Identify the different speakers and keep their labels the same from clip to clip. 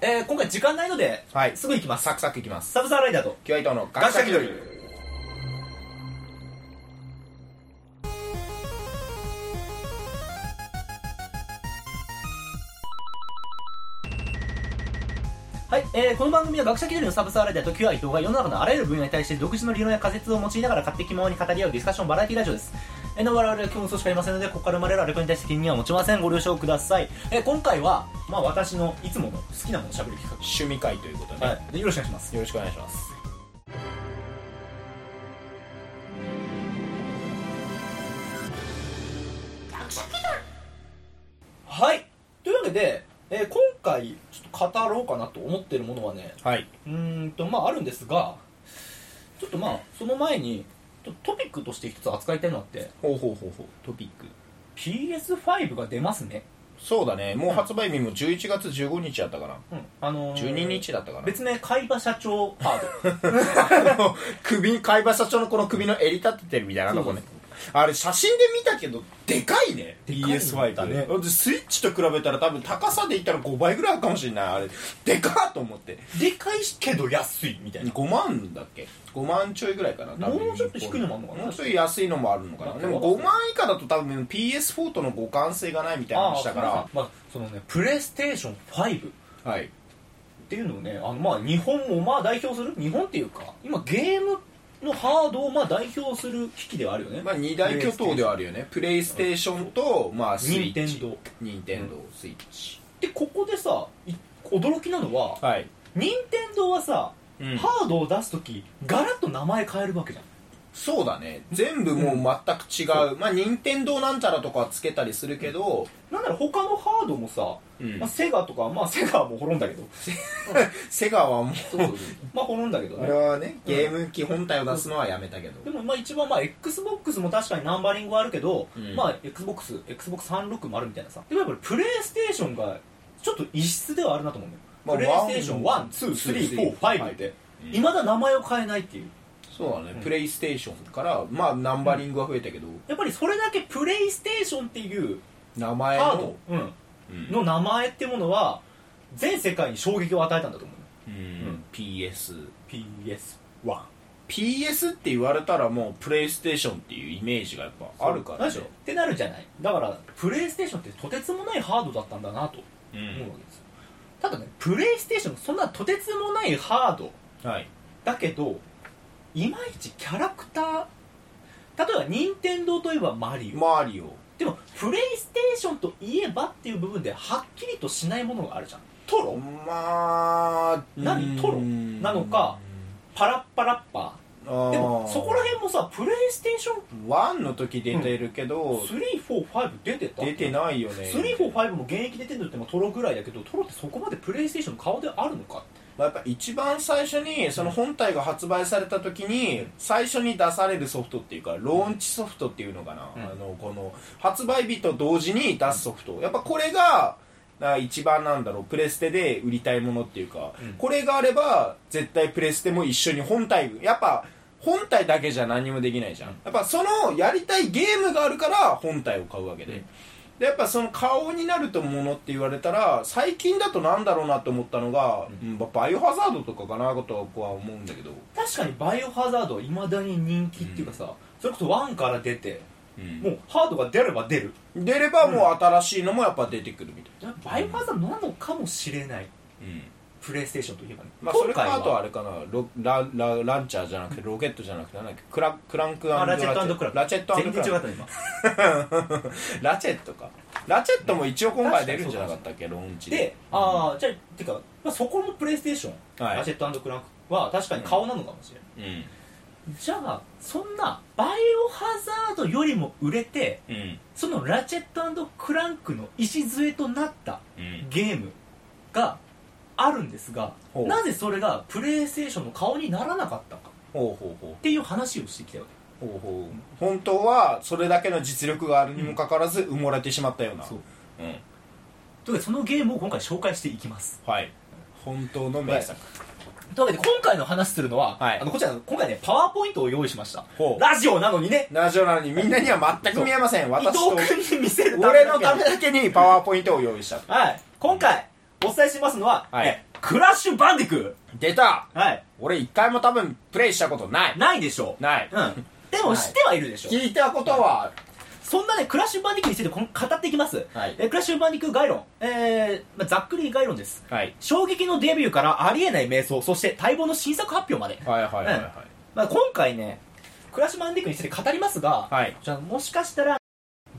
Speaker 1: えー今回時間ないので、
Speaker 2: はい
Speaker 1: すぐ行きます
Speaker 2: サクサクいきます
Speaker 1: サブサーライダーと
Speaker 2: キュアイトの
Speaker 1: 学者気取りはい、えーこの番組は学者気取りのサブサーライダーと QI 動画世の中のあらゆる分野に対して独自の理論や仮説を用いながら勝手気ままに語り合うディスカッションバラエティラジオですえーなお我々は競争しかいませんのでここから生まれるアルコに対して責任は持ちませんご了承ください、えー今回は、まあ、私のいつもの好きなものをしゃべる企
Speaker 2: 趣味会ということで、
Speaker 1: 画、はい、でよろしくお願いします
Speaker 2: よろしくお願いします
Speaker 1: はいというわけで、えー今回ちょっと語ろうかなと思ってるものはね
Speaker 2: はい、
Speaker 1: うーんとまああるんですがちょっとまあその前にちょっとトピックとして一つ扱いたいのがあって
Speaker 2: ほうほうほうほうトピック
Speaker 1: PS5 が出ますね、
Speaker 2: そうだねもう発売日も11月15日だったかな、
Speaker 1: うんあのー
Speaker 2: 12日だったかな
Speaker 1: 別名海馬社長 カー
Speaker 2: あの首海馬社長のこの首の襟立ててるみたいなとこねあれ写真で見たけどでかいね
Speaker 1: でかいね
Speaker 2: PS5 だね
Speaker 1: だ
Speaker 2: スイッチと比べたら多分高さで言ったら5倍ぐらいあるかもしれないあれでかっと思って
Speaker 1: ドでかいけど安いみたいな
Speaker 2: 5万だっけ5万ちょいぐらいかな多分
Speaker 1: もうちょっと低いのもあんのかな
Speaker 2: もうちょい安いのもあるのかなでも5万以下だと多分 PS4 との互換性がないみたいな話だか
Speaker 1: まあそのねプレイステーション5っ
Speaker 2: らはい
Speaker 1: ていうのをねあのまあ日本をまあ代表する日本っていうか今ゲームのハードをまあ代表する機器ではあるよね
Speaker 2: まあ2大巨頭ではあるよねプレイステーションとまあスイッチ
Speaker 1: 任天堂
Speaker 2: 任天堂スイッチ
Speaker 1: でここでさい驚きなのは
Speaker 2: はい
Speaker 1: 任天堂はさ、
Speaker 2: うん
Speaker 1: ハードを出す時ガラッと名前変えるわけじゃん
Speaker 2: そうだね全部もう全く違う、まあ任天堂なんちゃらとかはつけたりするけど、
Speaker 1: なんなら他のハードもさ、
Speaker 2: うん
Speaker 1: まあ、セガとかまあセガはもう滅んだけど
Speaker 2: セガはもう
Speaker 1: まあ滅んだけど
Speaker 2: あ
Speaker 1: ね
Speaker 2: れはねゲーム機本体を出すのはやめたけど、
Speaker 1: でもまあ一番まあ XBOX も確かにナンバリングはあるけど、
Speaker 2: うん
Speaker 1: まあ XBOXXBOX36 もあるみたいなさでもやっぱりプレイステーションがちょっと異質ではあるなと思うんだよ、
Speaker 2: まあ
Speaker 1: プレイステーション
Speaker 2: ワン
Speaker 1: 12345って
Speaker 2: うん
Speaker 1: いまだ名前を変えないっていう
Speaker 2: そうだね、
Speaker 1: うん
Speaker 2: プレイステーションからまあナンバリングは増えたけど、
Speaker 1: やっぱりそれだけプレイステーションっていう
Speaker 2: 名前
Speaker 1: ハード
Speaker 2: の、
Speaker 1: うん、
Speaker 2: うん
Speaker 1: の名前ってものは全世界に衝撃を与えたんだと思う
Speaker 2: うん
Speaker 1: ん
Speaker 2: PS
Speaker 1: PS1
Speaker 2: PS って言われたらもうプレイステーションっていうイメージがやっぱあるから
Speaker 1: でしょってなるじゃないだからプレイステーションってとてつもないハードだったんだなと
Speaker 2: う
Speaker 1: 思うんわけですよ、ただねプレイステーションそんなとてつもないハード
Speaker 2: はい
Speaker 1: だけどいまいちキャラクター例えば任天堂といえばマリオ
Speaker 2: マリオ
Speaker 1: でもプレイステーションといえばっていう部分ではっきりとしないものがあるじゃんトロ
Speaker 2: まあ
Speaker 1: 何トロなのかパラッパラッパ
Speaker 2: で
Speaker 1: ーでもそこら辺もさプレイステーション
Speaker 2: ワンの時出てるけど、
Speaker 1: 345出てた
Speaker 2: 出てないよね
Speaker 1: 345も現役で出てるのってまあトロぐらいだけどトロってそこまでプレイステーションの顔であるのか
Speaker 2: まあやっぱ一番最初にその本体が発売された時に最初に出されるソフトっていうかローンチソフトっていうのかな、
Speaker 1: うん
Speaker 2: あのこの発売日と同時に出すソフトやっぱこれがあ一番なんだろうプレステで売りたいものっていうか、
Speaker 1: うん
Speaker 2: これがあれば絶対プレステも一緒に本体やっぱ本体だけじゃ何もできないじゃん、
Speaker 1: うん
Speaker 2: やっぱそのやりたいゲームがあるから本体を買うわけで、
Speaker 1: うん
Speaker 2: でやっぱその顔になるとものって言われたら最近だとなんだろうなと思ったのが、うんまあバイオハザードとかかなとは僕は思うんだけど、
Speaker 1: 確かにバイオハザードはいまだに人気っていうかさ、それこそ1から出てもうハードが出れば出る
Speaker 2: 出ればもう新しいのもやっぱ出てくるみたい
Speaker 1: バイオハザードなのかもしれない
Speaker 2: な、
Speaker 1: プレイステーションといえばね、
Speaker 2: まあ、それかあとあれかなロララランチャーじゃなくてロケットじゃなくてなんだっけクラクランク
Speaker 1: あラチェットクラブ
Speaker 2: ラチェット
Speaker 1: 全然違か
Speaker 2: クラ
Speaker 1: ったね今
Speaker 2: ブラチェットかラチェットも一応今回出るんじゃなかったっけローンチ
Speaker 1: で、ああじゃあてか、まあ、そこもプレイステーション、
Speaker 2: はい
Speaker 1: ラチェットクランクは確かに顔なのかもしれない、
Speaker 2: うん
Speaker 1: じゃあそんなバイオハザードよりも売れて
Speaker 2: うん
Speaker 1: そのラチェットクランクの礎となった
Speaker 2: うん
Speaker 1: ゲームがあるんですが
Speaker 2: ほう
Speaker 1: なぜそれがプレイステーションの顔にならなかったかっ
Speaker 2: ほうほうほう
Speaker 1: ていう話をしてきたよね
Speaker 2: ほうほう本当はそれだけの実力があるにもかかわらず埋もれてしまったような
Speaker 1: そう
Speaker 2: うん
Speaker 1: というわけでそのゲームを今回紹介していきます
Speaker 2: はい本当の名作
Speaker 1: というわけで今回の話するのは、
Speaker 2: はい
Speaker 1: あのこちら今回ねパワーポイントを用意しました
Speaker 2: ほう
Speaker 1: ラジオなのにね
Speaker 2: ラジオなのにみんなには全く見えません
Speaker 1: 伊
Speaker 2: 私と
Speaker 1: 藤君に見せるため
Speaker 2: 俺
Speaker 1: だ
Speaker 2: の
Speaker 1: け
Speaker 2: ためだけにパワーポイントを用意した
Speaker 1: はい今回お伝えしますのは、
Speaker 2: はい
Speaker 1: ね
Speaker 3: クラッシュバンディク
Speaker 2: 出た
Speaker 1: はい。
Speaker 2: 俺一回も多分プレイしたことない
Speaker 3: ないでしょ
Speaker 2: ない
Speaker 1: うん。でも知ってはいるでしょ。
Speaker 2: 聞いたことは
Speaker 1: そんなね、クラッシュバンディクについてこの語っていきます。
Speaker 2: はい
Speaker 1: えークラッシュバンディク概論。えー、まあ、ざっくり概論です。
Speaker 2: はい
Speaker 1: 衝撃のデビューからありえない瞑想、そして待望の新作発表まで。
Speaker 2: はいはいはいはい
Speaker 1: まあ、今回ね、クラッシュバンディクについて語りますが、
Speaker 2: はい
Speaker 1: じゃあもしかしたら、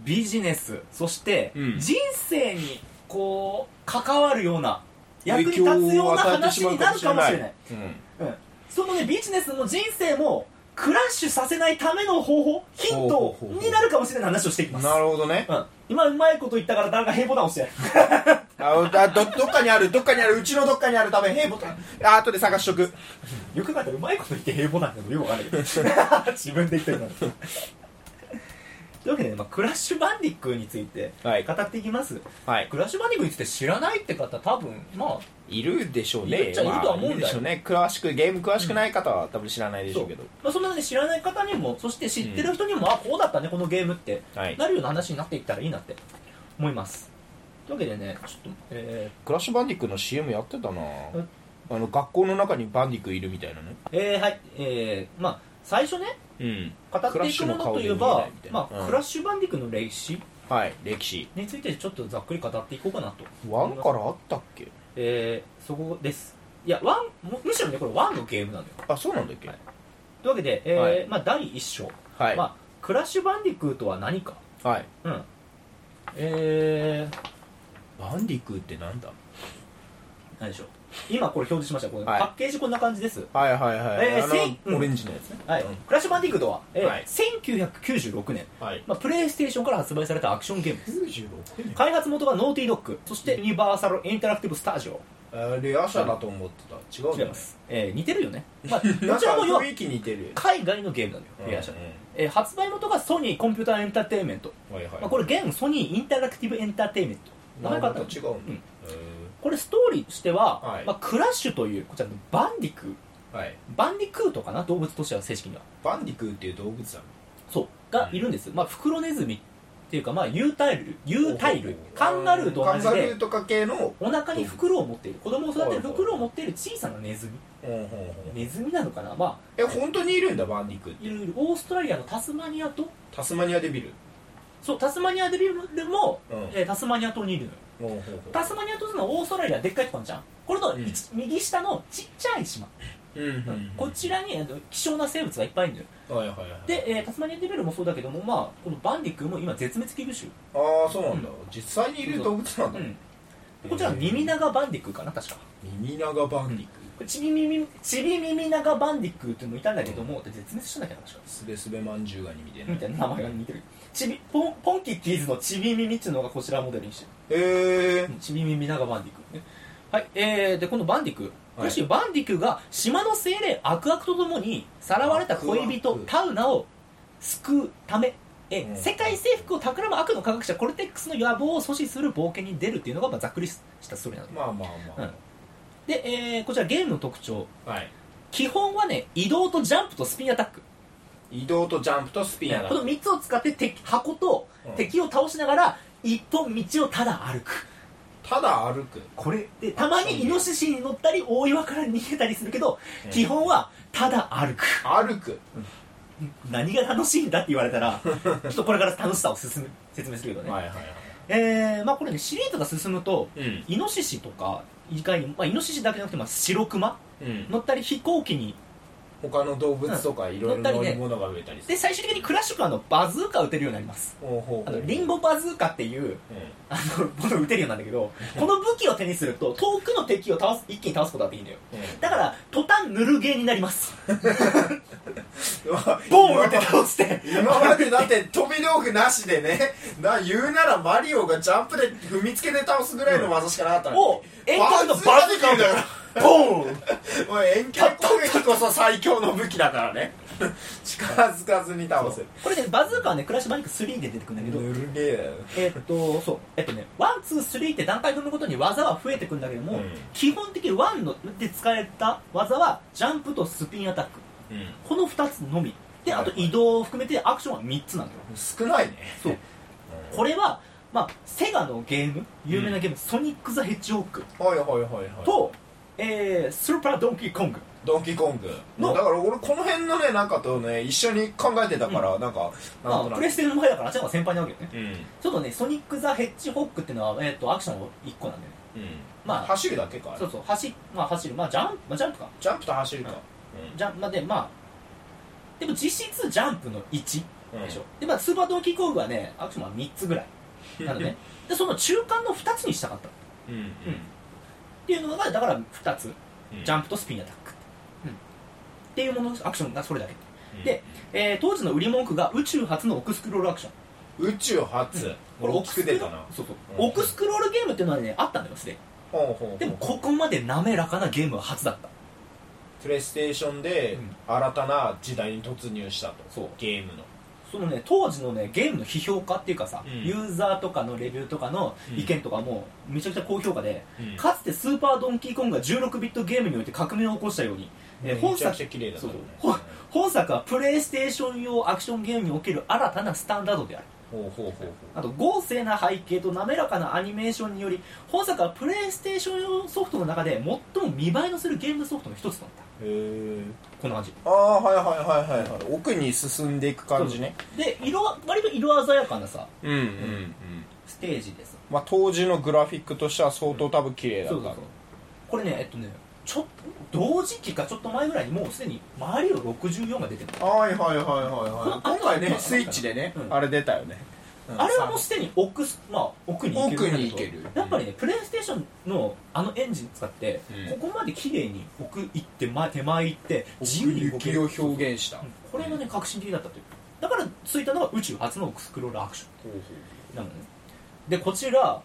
Speaker 1: ビジネス、そして、
Speaker 2: うん
Speaker 1: 人生に、こう、関わるような、役に立つような話になるかもしれない。
Speaker 2: うん
Speaker 1: うん、そのねビジネスも人生もクラッシュさせないための方法ヒント
Speaker 2: ほうほうほう
Speaker 1: になるかもしれない話をしていきます
Speaker 2: なるほどね
Speaker 1: うん、今うまいこと言ったから誰か平ボタン押して
Speaker 2: ああどどっかにあるどっかにあるうちのどっかにある多分ヘイボタンあ後で探しとく
Speaker 1: よく考えたらうまいこと言って平ボタンなのよくわかん ないけど自分で言ってるなというわけでね、まあ、クラッシュバンディックについて
Speaker 2: はい
Speaker 1: 語っていきます、
Speaker 2: はい
Speaker 1: クラッシュバンディックについて知らないって方多分まあ
Speaker 2: いるでしょうね
Speaker 1: いるっちゃいるとは思うんだよ
Speaker 2: まあいるでしょうね詳しくゲーム詳しくない方は多分知らないでしょうけど
Speaker 1: まあ、そんなね知らない方にもそして知ってる人にも、あこうだったねこのゲームって
Speaker 2: はい
Speaker 1: なるような話になっていったらいいなって思いますというわけでねちょっとえ
Speaker 2: クラッシュバンディックの CM やってたな
Speaker 1: うん
Speaker 2: あの学校の中にバンディックいるみたいなね
Speaker 1: ーえーはいえーまあ最初ね
Speaker 2: うん
Speaker 1: 語っていくものといえ
Speaker 2: クラッシュの顔で見えな
Speaker 1: ば
Speaker 2: いみたいな
Speaker 1: まあ
Speaker 2: うん
Speaker 1: クラッシュバンディックの歴史
Speaker 2: はい歴史
Speaker 1: についてちょっとざっくり語っていこうかなと
Speaker 2: ワンからあったっけ
Speaker 1: えー、そこですいやワンむむしろねこれワンのゲームなのよ
Speaker 2: あそうなんだっけ
Speaker 1: はいというわけで、えー
Speaker 2: はい
Speaker 1: まあ、第1章、
Speaker 2: はい
Speaker 1: まあ、クラッシュバンディックとは何か
Speaker 2: はい
Speaker 1: うんえー、
Speaker 2: バンディックってなんだ
Speaker 1: 何でしょう今これ表示しましたこれ、
Speaker 2: はい
Speaker 1: パッケージこんな感じです
Speaker 2: はいはいはい、
Speaker 1: えー
Speaker 2: あ
Speaker 1: せいうん
Speaker 2: のオレンジのやつね
Speaker 1: はい
Speaker 2: うん、
Speaker 1: クラッシュバンディクートは、えー
Speaker 2: はい
Speaker 1: 1996年、
Speaker 2: はい
Speaker 1: まあ、プレイステーションから発売されたアクションゲームです
Speaker 2: 96年
Speaker 1: 開発元がノーティードッグそしてユニバーサル・インタラクティブ・スタジオ
Speaker 2: あレア社だと思ってた違うん
Speaker 1: 違
Speaker 2: だ
Speaker 1: い
Speaker 2: ね
Speaker 1: ます、えー似てるよね、まあ、
Speaker 2: な
Speaker 1: ど
Speaker 2: ん
Speaker 1: ち
Speaker 2: から
Speaker 1: も要は
Speaker 2: 雰囲気似てる
Speaker 1: 海外のゲームなのよ、レア社のえー発売元がソニーコンピューターエンターテインメント、
Speaker 2: うんはいはい
Speaker 1: まあ、これ現ソニーインタラクティブエンターテインメント名前変わったの
Speaker 2: 違うんだ
Speaker 1: うんこれストーリーとしては、
Speaker 2: はい
Speaker 1: まあ、クラッシュというこちらのバンディク
Speaker 2: へーはい
Speaker 1: バンディクートかな動物としては正式には
Speaker 2: バンディクーっていう動物だ
Speaker 1: そうがいるんです、まあ、フクロネズミっていうか、まあ、有袋類有袋類カンガルーと同
Speaker 2: カンガ
Speaker 1: じ
Speaker 2: ルー
Speaker 1: で
Speaker 2: とか系の
Speaker 1: お腹に袋を持っている子供を育てる袋を持っている小さなネズミネズミなのかなま
Speaker 2: え本当にいるんだバンディクーっ
Speaker 1: あ
Speaker 2: て
Speaker 1: いろいろオーストラリアのタスマニア島
Speaker 2: タスマニアデビル
Speaker 1: そうタスマニアでも、
Speaker 2: うん
Speaker 1: えータスマニア島にいるのよ
Speaker 2: ほうほうほう
Speaker 1: タスマニア島ってのはオーストラリアでっかいとこあんじゃんこれの
Speaker 2: うん
Speaker 1: 一右下のちっちゃい島、
Speaker 2: うんうんうん
Speaker 1: こちらにあの希少な生物がいっぱいいるのよ
Speaker 2: はいはいはい
Speaker 1: で、えータスマニアデビルもそうだけども、まあ、このバンディクーも今絶滅危惧種
Speaker 2: ああそうなんだ実際にいる動物なんだ
Speaker 1: うん、こちらは耳長バンディクーかな確か
Speaker 2: 耳長バンディク
Speaker 1: これちび耳ちび耳長バンディクーっていうのもいたんだけども、で絶滅したんだっけど確か
Speaker 2: すべすべまんじゅうがにみたいな
Speaker 1: みたいな名前が似てるちびポンポンキッキーズのちび耳っていうのがこちらモデルにして
Speaker 2: え
Speaker 1: るちび耳長バンディクーねはいえー、でこのバンディクー
Speaker 2: い
Speaker 1: これしバンディクーが島の精霊アクアクとともにさらわれた恋
Speaker 2: ア
Speaker 1: 人
Speaker 2: クアク
Speaker 1: タウナを救うためえ
Speaker 2: うん
Speaker 1: 世界征服を企む悪の科学者コルテックスの野望を阻止する冒険に出るっていうのが、まあ、ざっくりしたストーリーなの
Speaker 2: まあまあま
Speaker 1: で、えーこちらゲームの特徴
Speaker 2: あはい
Speaker 1: 基本はね移動とジャンプとスピンアタック
Speaker 2: 移動とジャンプとスピンアだ
Speaker 1: この3つを使って敵箱と
Speaker 2: うん
Speaker 1: 敵を倒しながら一本道をただ歩く
Speaker 2: ただ歩く
Speaker 1: これでたまにイノシシに乗ったり大岩から逃げたりするけど
Speaker 2: うん
Speaker 1: 基本はただ歩く
Speaker 2: 歩く
Speaker 1: 何が楽しいんだって言われたらちょっとこれから楽しさを進め説明するけどね、
Speaker 2: いはい
Speaker 1: えーまあ、これねシリーズが進むと
Speaker 2: うん
Speaker 1: イノシシとか以外にも、まあ、イノシシだけじゃなくて、まあ、白クマ
Speaker 2: うん
Speaker 1: 乗ったり飛行機に
Speaker 2: 他の動物とかいろいろ乗り物が増えたりする
Speaker 1: で最終的にクラッシュカーのバズーカ撃てるようになります
Speaker 2: ほうほう
Speaker 1: あ
Speaker 2: ほ
Speaker 1: の
Speaker 2: う
Speaker 1: リンゴバズーカっていう
Speaker 2: う
Speaker 1: あのものを撃てるようなんだけどこの武器を手にすると遠くの敵を倒す一気に倒すことができるのよ
Speaker 2: んうん
Speaker 1: だから途端ぬるゲーになります
Speaker 2: うわ
Speaker 1: ボーンって倒して
Speaker 2: 今までだって飛び道具なしでねな言うならマリオがジャンプで踏みつけて倒すぐらいの技しかなかったのに
Speaker 1: を遠隔のバズーカを
Speaker 2: バズーカできるんだか
Speaker 1: ボーン
Speaker 2: おい遠距離攻撃こそ最強の武器だか らね近づかずに倒せる
Speaker 1: これねバズーカはねクラッシュバニック3で出てくるんだけど
Speaker 2: ぬるげえだよ
Speaker 1: えっとそうえっとねワンツースリーって段階踏むごとに技は増えてくんだけども、
Speaker 2: うん
Speaker 1: 基本的にワンので使えた技はジャンプとスピンアタックこの2つのみであと移動を含めてアクションは3つなんだよ
Speaker 2: 少ないね
Speaker 1: そうこれは、まあ、セガのゲーム有名なゲーム、ソニック・ザ・ヘッジホッグ
Speaker 2: はいはいはいはい
Speaker 1: と、えー、スーパードンキーコング
Speaker 2: ドンキーコング
Speaker 1: の
Speaker 2: だから俺この辺のねなんかとね一緒に考えてたから、なんかな
Speaker 1: ま
Speaker 2: ん
Speaker 1: あ
Speaker 2: となく
Speaker 1: プレステの前だからあっちの方が先輩なわけよね
Speaker 2: うんうん
Speaker 1: ちょっとねソニック・ザ・ヘッジホックっていうのは、えー、とアクションの1個なんだよねまあ
Speaker 2: 走るだけか
Speaker 1: そうそう走,、まあ、走るまあジャンプ、まあ、ジャンプか
Speaker 2: ジャンプと走るか、
Speaker 1: ジャンプまあでまあでも実質ジャンプの1
Speaker 2: うん
Speaker 1: でしょ、でまあスーパードンキーコングはねアクションは3つぐらいなの ねでその中間の2つにしたかったっ
Speaker 2: うんうん
Speaker 1: ていうのがだから2つ
Speaker 2: うん
Speaker 1: ジャンプとスピンアタック、うんっていうものアクションがそれだけ、
Speaker 2: うん
Speaker 1: で、えー当時の売り文句が宇宙初のオクスクロールアクション
Speaker 2: 宇宙初、大きく出たな
Speaker 1: そうそう、
Speaker 2: うん
Speaker 1: オクスクロールゲームっていうのはねあったんだよすでに
Speaker 2: ほうほうほう
Speaker 1: でもここまで滑らかなゲームは初だった
Speaker 2: プレイステーションで
Speaker 1: うん
Speaker 2: 新たな時代に突入したと
Speaker 1: そう
Speaker 2: ゲームの
Speaker 1: そのね当時のねゲームの批評家っていうかさ、
Speaker 2: うん
Speaker 1: ユーザーとかのレビューとかの意見とかもめちゃくちゃ高評価で、
Speaker 2: うん
Speaker 1: かつてスーパードンキーコングが16ビットゲームにおいて革命を起こしたように、えー本
Speaker 2: めちゃ
Speaker 1: 作
Speaker 2: くちゃ綺麗だった
Speaker 1: そう
Speaker 2: ね
Speaker 1: そうほ本作はプレイステーション用アクションゲームにおける新たなスタンダードである
Speaker 2: ほうほうほう
Speaker 1: あと豪勢な背景と滑らかなアニメーションにより本作はプレイステーション用ソフトの中で最も見栄えのするゲームソフトの一つとなった
Speaker 2: ほうへえ
Speaker 1: こんな感じ
Speaker 2: ああはいはいはいはいはい奥に進んでいく感じね
Speaker 1: で色は割と色鮮やかなさ
Speaker 2: うんうんうん
Speaker 1: ステージです
Speaker 2: まあ当時のグラフィックとしては相当多分綺麗だ
Speaker 1: そ
Speaker 2: っ
Speaker 1: うそう
Speaker 2: た
Speaker 1: そうこれねえっとねちょっと同時期かちょっと前ぐらいにもうすでにマリオ64が出てる、
Speaker 2: はいはいはいはい
Speaker 1: このまあ
Speaker 2: でね
Speaker 1: うん
Speaker 2: れ出たよねうん
Speaker 1: あれはもうすでに奥,、まあ、奥に行けるんだ
Speaker 2: 奥
Speaker 1: け
Speaker 2: に行
Speaker 1: ど
Speaker 2: ける
Speaker 1: やっぱりねプレイステーションのあのエンジン使って、
Speaker 2: うん
Speaker 1: ここまで綺麗に奥行って前手前行って自由に動ける
Speaker 2: を表現した
Speaker 1: これがね革新的だったというだからついたのが宇宙初のオクスクロールアクションなのねでこちら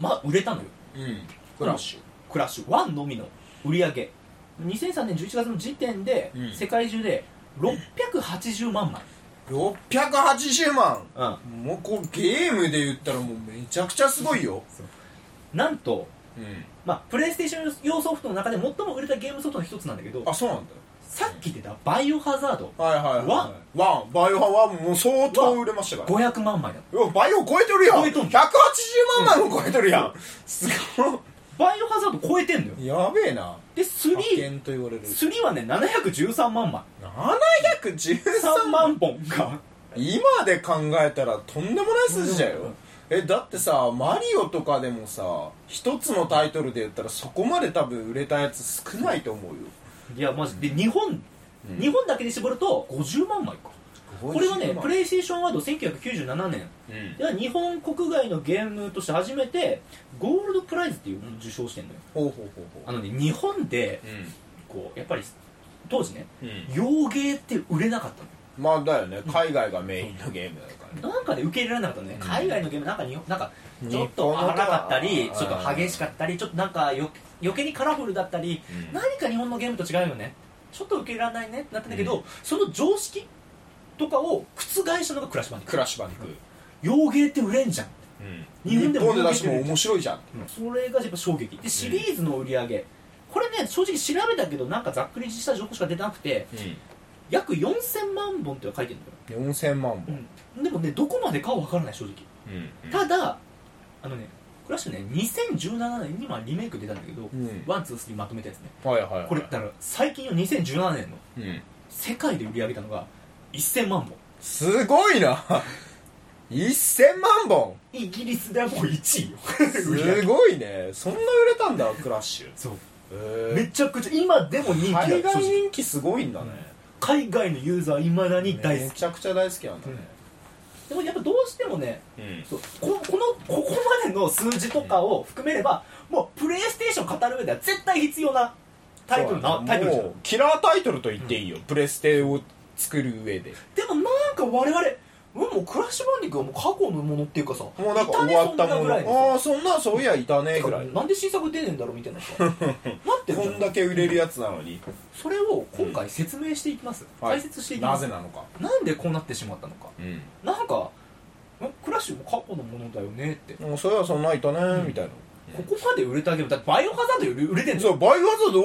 Speaker 1: まあ売れたのよ
Speaker 2: うんクラッシュ
Speaker 1: クラッシュ1のみの売り上げ2003年11月の時点で、
Speaker 2: うん
Speaker 1: 世界中で680万枚、
Speaker 2: 680万もうこうゲームで言ったらもうめちゃくちゃすごいよ、
Speaker 1: なんと、
Speaker 2: うん、
Speaker 1: まあ、プレイステーション用ソフトの中で最も売れたゲームソフトの一つなんだけど
Speaker 2: あそうなんだ
Speaker 1: さっき出た「バイオハザード
Speaker 2: はいはいはい
Speaker 1: ワ
Speaker 2: ワンバイオハワンもう相当売れました」から
Speaker 1: 500万枚だ
Speaker 2: うわバイオ超えてるやん
Speaker 1: 超えとん
Speaker 2: 180万枚も超えてるやん、すご
Speaker 1: バイオハザード超えてんのよ
Speaker 2: いやべえな
Speaker 1: で3
Speaker 2: と言われる
Speaker 1: 3はね713万枚3
Speaker 2: 713万
Speaker 1: 万本か
Speaker 2: 今で考えたらとんでもない数字だ
Speaker 1: とんでもな
Speaker 2: よ
Speaker 1: い
Speaker 2: えだってさマリオとかでもさ一つのタイトルで言ったらそこまで多分売れたやつ少 ないと思うよ
Speaker 1: いやマジで日本、
Speaker 2: うん
Speaker 1: 日本だけで絞ると50万枚かこれはねプ
Speaker 2: イ、
Speaker 1: レイステーションワード1997年
Speaker 2: うん
Speaker 1: では日本国外のゲームとして初めてゴールドプライズっていうのを受賞してんのよ
Speaker 2: ほうほうほう
Speaker 1: あ
Speaker 2: ほ
Speaker 1: の
Speaker 2: う
Speaker 1: ね日本で
Speaker 2: う
Speaker 1: こうやっぱり当時ね
Speaker 2: ん、うん、
Speaker 1: 洋芸って売れなかった
Speaker 2: まあだよね海外がメインのゲームだからね
Speaker 1: のなんかで受け入れられなかったのね、
Speaker 2: うん
Speaker 1: 海外のゲームなんかになんか
Speaker 2: 日
Speaker 1: ちょ
Speaker 2: 本
Speaker 1: っ
Speaker 2: の
Speaker 1: と荒かったり
Speaker 2: うん
Speaker 1: ちょっと激しかったりちょっとなんかよ余計にカラフルだったり、
Speaker 2: うん
Speaker 1: 何か日本のゲームと違うよねちょっと受け入れられないねってなったんだけど、その常識とかを覆したのがクラシバンディッ
Speaker 2: クラッシュバン
Speaker 1: ク
Speaker 2: ク、
Speaker 1: 洋芸って売れんじゃん
Speaker 2: うん、
Speaker 1: 日
Speaker 2: 日
Speaker 1: 本
Speaker 2: 本
Speaker 1: で
Speaker 2: で
Speaker 1: も
Speaker 2: 出しても面白いじゃん
Speaker 1: それがやっぱ衝撃でシリーズの売り上げ、これね正直調べたけどなんかざっくりした情報しか出てなくて約4000万本って書いてるんだよ
Speaker 2: 4000万本、
Speaker 1: でもねどこまでかは分からない正直
Speaker 2: うん
Speaker 1: ただあのねクラッシュね2017年にまあリメイク出たんだけど
Speaker 2: うん
Speaker 1: ワンツースリーまとめたやつね
Speaker 2: はいはい、はい、
Speaker 1: これだから最近の2017年の
Speaker 2: うん、
Speaker 1: 世界で売り上げたのが1000万本
Speaker 2: すごいな1000 万本
Speaker 1: イギリスではもう1位よ売り上げ
Speaker 2: すごいねそんな売れたんだクラッシュ
Speaker 1: そうめ
Speaker 2: え
Speaker 1: ちゃくちゃ今でも人気
Speaker 2: ー、
Speaker 1: だ正
Speaker 2: 海外
Speaker 1: 直
Speaker 2: 人気すごいんだね、
Speaker 1: 海外のユーザーいまだに大好
Speaker 2: め
Speaker 1: き
Speaker 2: ちゃくちゃ大好きなんだね、
Speaker 1: でもやっぱどうしてもね
Speaker 2: うん
Speaker 1: そうここのここまでの数字とかを含めれば、もうプレイステーション語る上では絶対必要なタイトルなタイトルじゃん
Speaker 2: もうキラータイトルと言っていいよ、プレステを作る上で
Speaker 1: でもなんか我々うんもうクラッシュバンディックはもう過去のものっていうかさ
Speaker 2: もうなんか終わったも
Speaker 1: いねそんなぐ
Speaker 2: の
Speaker 1: らいでさ
Speaker 2: ああそんなそういやいたねぐらい
Speaker 1: てかなんで新作出ねえんだろうみたいな さなってる
Speaker 2: こ
Speaker 1: じゃ
Speaker 2: ん
Speaker 1: ん
Speaker 2: だけ売れるやつなのに、
Speaker 1: それを今回説明していきます、
Speaker 2: はい
Speaker 1: 解説していきま
Speaker 2: な
Speaker 1: す
Speaker 2: ぜなのか、
Speaker 1: なんでこうなってしまったのかなんかうんクラッシュも過去のものだよねって
Speaker 2: もうそれはそんないたね
Speaker 1: ん
Speaker 2: みたいな、
Speaker 1: ここまで売れたゲームだってバイオハザードより売れてんの
Speaker 2: そうバイオハザード1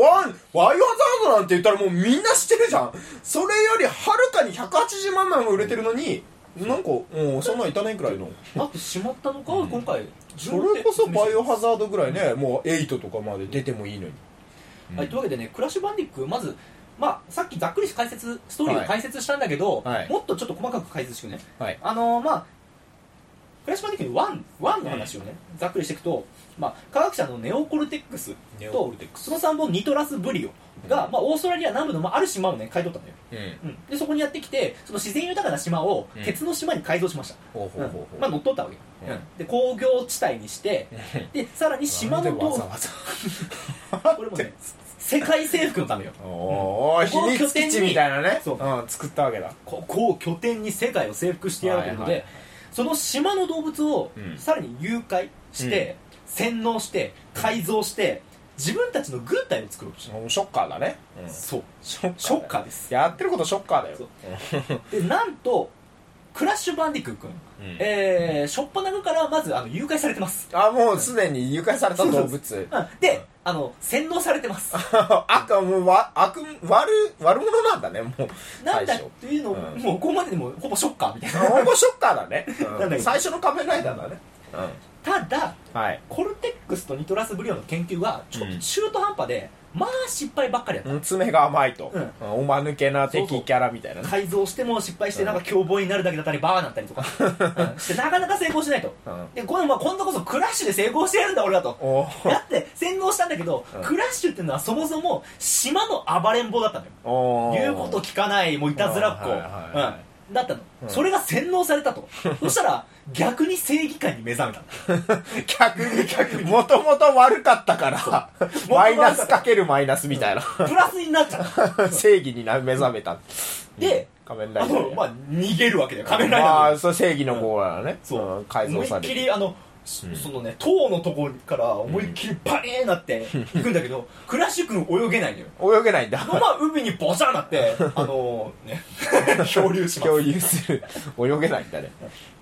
Speaker 2: バイオハザードなんて言ったらもうみんな知ってるじゃんそれよりはるかに180万枚も売れてるのになんかもうそんなんいたねぐらいの
Speaker 1: なってしまったのかを今回
Speaker 2: それこそバイオハザードぐらいねもう8とかまで出てもいいのにうん
Speaker 1: はい、というわけでねクラッシュバンディックまずまあ、さっきざっくり解説ストーリー
Speaker 2: は
Speaker 1: を
Speaker 2: い
Speaker 1: 解説したんだけど、
Speaker 2: はい
Speaker 1: もっとちょっと細かく解説してくね、
Speaker 2: はい
Speaker 1: あのーまあクラッシュバンディックの1 1の話をね、ざっくりしていくと、まあ、科学者のネオコルテックス
Speaker 2: ネオコ
Speaker 1: と
Speaker 2: ルテックス
Speaker 1: その3本ニトラスブリオが、
Speaker 2: うん
Speaker 1: まあ、オーストラリア南部の、まあ、ある島をね買い取ったのよ、
Speaker 2: うん
Speaker 1: うん、でそこにやってきてその自然豊かな島を
Speaker 2: うん
Speaker 1: 鉄の島に改造しました、
Speaker 2: ほうほうほうほう
Speaker 1: まあ、乗っ取ったわけよ、
Speaker 2: うん
Speaker 1: で工業地帯にしてでさらに島の
Speaker 2: なんでわ
Speaker 1: 道
Speaker 2: ざわざ
Speaker 1: 路 これもね世界征服のためよ
Speaker 2: おお
Speaker 1: ここを
Speaker 2: 秘密基地みたいなね
Speaker 1: 拠点
Speaker 2: うん作ったわけだ
Speaker 1: こ こを拠点に世界を征服してやろうというので、
Speaker 2: はいはい
Speaker 1: その島の動物を
Speaker 2: うん
Speaker 1: さらに誘拐して、洗脳して改造して自分たちの軍隊を作ろうとした、
Speaker 2: もうショッカーだねうん
Speaker 1: そう
Speaker 2: ショッカーだよ
Speaker 1: ショッカーです
Speaker 2: やってることショッカーだよ
Speaker 1: そうでなんとクラッシュバンディック君、
Speaker 2: うん
Speaker 1: えー、初っ端からまずあの誘拐されてます
Speaker 2: あもうすでに誘拐された動物
Speaker 1: うんで、あの洗脳されてます
Speaker 2: 悪はもうわ悪悪悪者なんだねもう
Speaker 1: なん
Speaker 2: 最
Speaker 1: だ
Speaker 2: 初
Speaker 1: っていうのを、
Speaker 2: うん
Speaker 1: もうここまででもうほぼショッカーみたいな
Speaker 2: ほぼショッカーだね
Speaker 1: なんだ
Speaker 2: う
Speaker 1: っ
Speaker 2: ん
Speaker 1: け
Speaker 2: 最初の仮面ライダーだねう
Speaker 1: ただ
Speaker 2: んはい
Speaker 1: コルテックスとニトラスブリオの研究はちょっ
Speaker 2: う
Speaker 1: と
Speaker 2: ん
Speaker 1: 中途半端で、まあ失敗ばっかりやった、
Speaker 2: うん爪が甘いと
Speaker 1: うん
Speaker 2: うんおまぬけな敵キャラみたいなね
Speaker 1: 改造しても失敗してなんか凶暴になるだけだったりバーなったり とか、うんしてなかなか成功しないと
Speaker 2: うん
Speaker 1: でこの、まあ、今度こそクラッシュで成功してやるんだ俺だと
Speaker 2: お
Speaker 1: だって洗脳したんだけど、
Speaker 2: うん
Speaker 1: クラッシュっていうのはそもそも島の暴れん坊だったのよ
Speaker 2: お
Speaker 1: 言うこと聞かないもういたずらっ子、
Speaker 2: はいはいはいはい
Speaker 1: うん、だったの、
Speaker 2: うん
Speaker 1: それが洗脳され たとそしたら逆に正義感に目覚めたの
Speaker 2: 逆に逆にもともと悪かったから
Speaker 1: そう
Speaker 2: マイナスかけるマイナスみたいな
Speaker 1: プラスになっちゃった
Speaker 2: 正義にな目覚めた
Speaker 1: で
Speaker 2: 仮面ラ
Speaker 1: あ
Speaker 2: イダ
Speaker 1: の
Speaker 2: ー、
Speaker 1: まあ、逃げるわけだよ仮面ライダー
Speaker 2: ま
Speaker 1: だよ
Speaker 2: あそう正義の方はね
Speaker 1: そ
Speaker 2: ん
Speaker 1: う
Speaker 2: 改造され
Speaker 1: 思いっき
Speaker 2: て
Speaker 1: りあの、そそのね塔のところから思いっきりバリーンなって行くんだけど、クラシックの泳げないのよ
Speaker 2: 泳げな いんだ
Speaker 1: そのまま海にボシャーな ってあのね 漂流しま
Speaker 2: 共
Speaker 1: す
Speaker 2: 有する泳げないんだね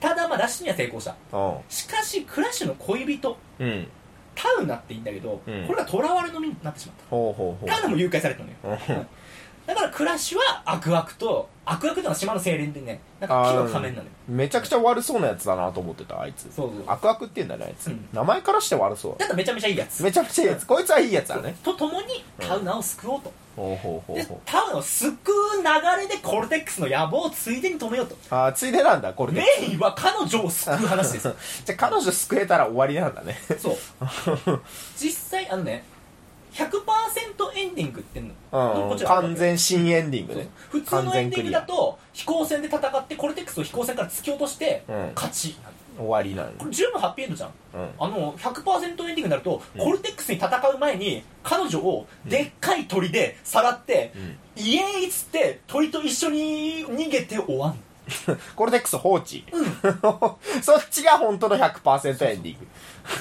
Speaker 1: ただまあ脱出には成功した
Speaker 2: う
Speaker 1: しかしクラッシュの恋人
Speaker 2: んうん
Speaker 1: タウンなっていいんだけど、
Speaker 2: うん
Speaker 1: これが囚われの身になってしまっ
Speaker 2: ほうほうほ
Speaker 1: たタウンも誘拐されたのよ
Speaker 2: ううん
Speaker 1: だからクラッシュはアクアクとアクアクってのは島の精霊でねなんか木の仮面なのよ
Speaker 2: めちゃくちゃ悪そうなやつだなと思ってたあいつ
Speaker 1: そうそう
Speaker 2: 悪悪って言うんだねあいつ、
Speaker 1: うん
Speaker 2: 名前からして悪そう
Speaker 1: だからめちゃめちゃいいやつ
Speaker 2: めちゃくちゃいいやつこいつはいいやつだね
Speaker 1: とともにタウナーを救おうと、
Speaker 2: ほうほうほう
Speaker 1: で
Speaker 2: ほ
Speaker 1: タウンを救う流れでコルテックスの野望をついでに止めようと
Speaker 2: うああついでなんだこれで
Speaker 1: メインは彼女を救う話です
Speaker 2: じゃあ彼女救えたら終わりなん だね
Speaker 1: そう実際あのね100%エンディングっての
Speaker 2: うん
Speaker 1: ちら
Speaker 2: 完全新エンディングね
Speaker 1: 普通のエンディングだと飛行船で戦ってコルテックスを飛行船から突き落として
Speaker 2: うん
Speaker 1: 勝ち、
Speaker 2: 終わりなん
Speaker 1: こ
Speaker 2: だ
Speaker 1: れ十分ハッピーエンドじゃん
Speaker 2: うん
Speaker 1: あの100%エンディングになると、コルテックスに戦う前に彼女をでっかい鳥でさらって、
Speaker 2: ん
Speaker 1: イエーイっつって鳥と一緒に逃げて終わん
Speaker 2: コルテックス放置、 そっちが本当の100%エンディング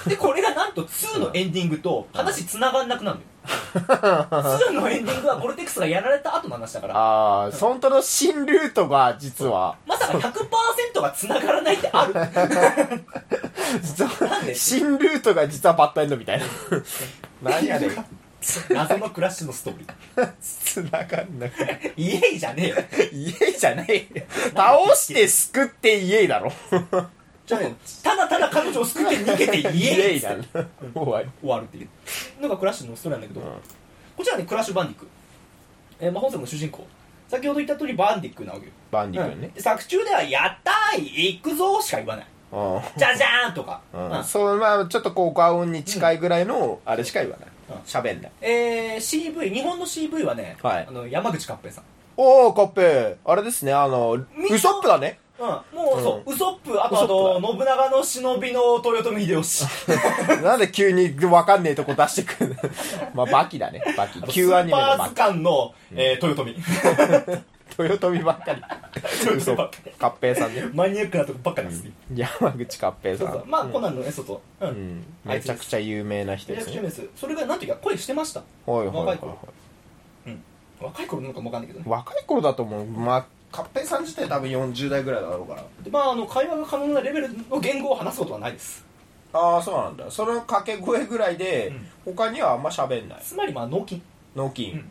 Speaker 1: でこれがなんと2のエンディングと話つながんなくなる のよ2のエンディングはコルテックスがやられた後の話だから
Speaker 2: ああ本当の新ルートが実は
Speaker 1: まさか100%がつながらないってある
Speaker 2: 実
Speaker 1: なん
Speaker 2: は
Speaker 1: で
Speaker 2: 新ルートが実はバッドエンドみ たいな何やねん
Speaker 1: 謎のクラッシュのストーリー
Speaker 2: つながんなくて
Speaker 1: イエイじゃねえよ
Speaker 2: 家じゃない倒して救って家 だろ
Speaker 1: ちょっとただただ彼女を救って逃げてイエイっつっ
Speaker 2: だ
Speaker 1: て
Speaker 2: 終わり
Speaker 1: 終わるっていうのがクラッシュのストーリーなんだけど、
Speaker 2: うん
Speaker 1: こちらねクラッシュバンディック、えーまあ、本作の主人公先ほど言った通りバンディックなわけよ
Speaker 2: バンディ君ね
Speaker 1: うん作中では「やったーい行くぞ」しか言わない
Speaker 2: うん
Speaker 1: 「じゃじゃーん」とか、
Speaker 2: うん
Speaker 1: うん
Speaker 2: そうまあちょっと効果音に近いぐらいのあれしか言わない
Speaker 1: うん
Speaker 2: 喋んない
Speaker 1: えー、CV 日本の CV はね、
Speaker 2: はい
Speaker 1: あの山口勝平さん
Speaker 2: おおコップあれですねあの
Speaker 1: みんな
Speaker 2: ウソップ だね
Speaker 1: うん、もうそう、ウソップ、あと
Speaker 2: ウソ
Speaker 1: あ
Speaker 2: ップ
Speaker 1: と、信長の忍びの豊臣秀 吉。
Speaker 2: なんで急にわかんねえとこ出してくるまあバキだねバキ旧アニメ
Speaker 1: ス
Speaker 2: の
Speaker 1: ーパー
Speaker 2: バ
Speaker 1: 図鑑の、えー豊臣。
Speaker 2: キ豊臣ばっかり
Speaker 1: 豊
Speaker 2: 嘘
Speaker 1: 臣ばっ
Speaker 2: 合
Speaker 1: かり
Speaker 2: 併さんね
Speaker 1: マニアックなとこばっかりです、
Speaker 2: 山口合併
Speaker 1: そう
Speaker 2: さ
Speaker 1: そうんまあ、
Speaker 2: うん
Speaker 1: コナンのね、外。うん。
Speaker 2: うん
Speaker 1: あい
Speaker 2: め
Speaker 1: つ
Speaker 2: ちゃ
Speaker 1: で
Speaker 2: く
Speaker 1: す
Speaker 2: ちゃ有名な人
Speaker 1: めち
Speaker 2: で
Speaker 1: ゃく
Speaker 2: す
Speaker 1: ちゃ有名
Speaker 2: ね
Speaker 1: です。それが、なんていうか、声してました。
Speaker 2: はいはいは
Speaker 1: 若い
Speaker 2: いは
Speaker 1: 頃
Speaker 2: い
Speaker 1: 若い頃なのかもわかんないけどね。
Speaker 2: 若い頃だと思うまあカッペイさん自体多分40代ぐらいだろうから
Speaker 1: でまあ、あの、会話が可能なレベルの言語を話すことはないです。
Speaker 2: ああそうなんだその掛け声ぐらいで、他にはあんま喋んない
Speaker 1: つまり、まあ、脳筋。
Speaker 2: 脳筋うん、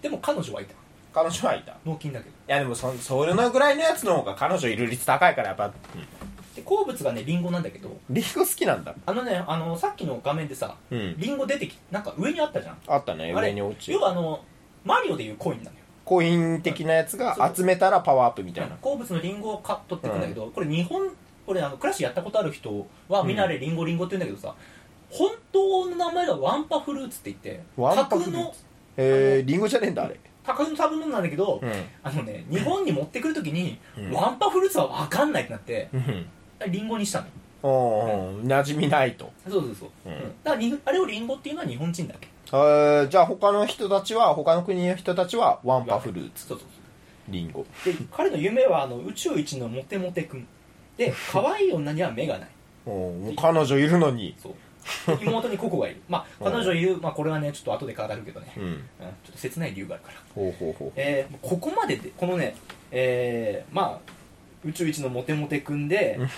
Speaker 1: でも、彼女はいた。
Speaker 2: 彼女はいたい
Speaker 1: 脳筋だけど。
Speaker 2: やでもそそれのぐらいのやつの方が彼女いる率高いからやっぱ、
Speaker 1: で好物がねリンゴなんだけど
Speaker 2: リンゴ好きなんだ
Speaker 1: あのねあのさっきの画面でさ
Speaker 2: うん
Speaker 1: リンゴ出てきなんか上にあったじゃん
Speaker 2: あったね
Speaker 1: あれ
Speaker 2: 上に落ち
Speaker 1: 要はあのマリオでいうコインなのよ
Speaker 2: コイン的なやつが集めたらパワーアップみたいな
Speaker 1: 好物のリンゴをか取ってくんだけど、これ日本これあのクラッシュやったことある人はみんなあれリンゴリンゴって言うんだけどさ、本当の名前がワンパフルーツって言って
Speaker 2: ワンパ
Speaker 1: 架
Speaker 2: フルー
Speaker 1: 空
Speaker 2: ツ
Speaker 1: の
Speaker 2: えー、リンゴじゃねえんだあれ
Speaker 1: 架空の食べ物なんだけど、
Speaker 2: う
Speaker 1: あのね日本に持ってくるときに、
Speaker 2: うん
Speaker 1: ワンパフルーツは分かんないってなって
Speaker 2: ん
Speaker 1: リンゴにしたのよ
Speaker 2: うんうん馴染みないと
Speaker 1: そうそうそう、
Speaker 2: うん
Speaker 1: だからにあれをリンゴっていうのは日本人だっけ
Speaker 2: えーじゃあ他の人たちは他の国の人たちはワンパフルーツ
Speaker 1: そうそう
Speaker 2: リンゴ
Speaker 1: そうで彼の夢はあの宇宙一のモテモテ君で 可愛い女には目がない
Speaker 2: うん彼女いるのに
Speaker 1: そう妹にココがい るまあ彼女いる、まあ、これはねちょっと後で語るけどね、
Speaker 2: う
Speaker 1: うん
Speaker 2: ん
Speaker 1: ちょっと切ない理由があるから、
Speaker 2: ほうほうほう
Speaker 1: えーここまででこのねえーまあ宇宙一のモテモテ君で、
Speaker 2: うん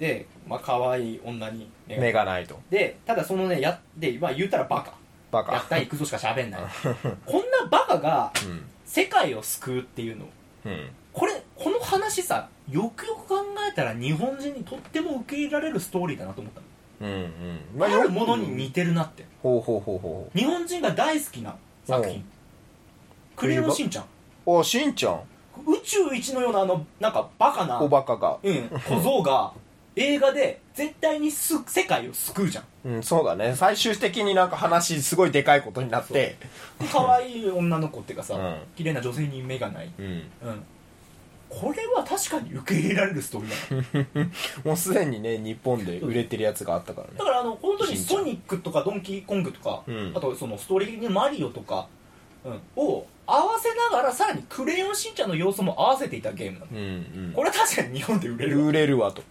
Speaker 1: で、まあ可愛い女に目が
Speaker 2: 目がないと
Speaker 1: でただそのねやで、まあ、言うたらバ
Speaker 2: バ
Speaker 1: カや
Speaker 2: カ
Speaker 1: ったら行くぞしか喋 んないこんなバカが
Speaker 2: うん
Speaker 1: 世界を救うっていうの
Speaker 2: うん
Speaker 1: これこの話さよくよく考えたら日本人にとっても受け入れられるストーリーだなと思ったの
Speaker 2: うんうん
Speaker 1: あるものに似てるなって
Speaker 2: ほうほうほうほ
Speaker 1: 日本人が大好きな作
Speaker 2: うん
Speaker 1: 品「クレヨンしんちゃん
Speaker 2: うおしんちゃん」
Speaker 1: 宇宙一のようなあのなんかバカな、う
Speaker 2: お
Speaker 1: ん、
Speaker 2: バカが
Speaker 1: 小僧が映画で絶対にす世界を救うじゃん
Speaker 2: うんそうだね最終的になんか話すごいでかいことになって
Speaker 1: で可愛い女の子っていうかさ、
Speaker 2: うん
Speaker 1: 綺麗な女性に目がない、
Speaker 2: うん
Speaker 1: うん、これは確かに受け入れられるストーリーだな
Speaker 2: もうすでにね日本で売れてるやつがあったからね
Speaker 1: だからあの本当にソニックとかドンキーコングとか、
Speaker 2: うん
Speaker 1: あとそのストーリーにマリオとか、うん、を合わせながらさらにクレヨンしんちゃんの要素も合わせていたゲームなの、
Speaker 2: うん
Speaker 1: これは確かに日本で売
Speaker 2: う
Speaker 1: れる
Speaker 2: ん
Speaker 1: わ
Speaker 2: 売れる わと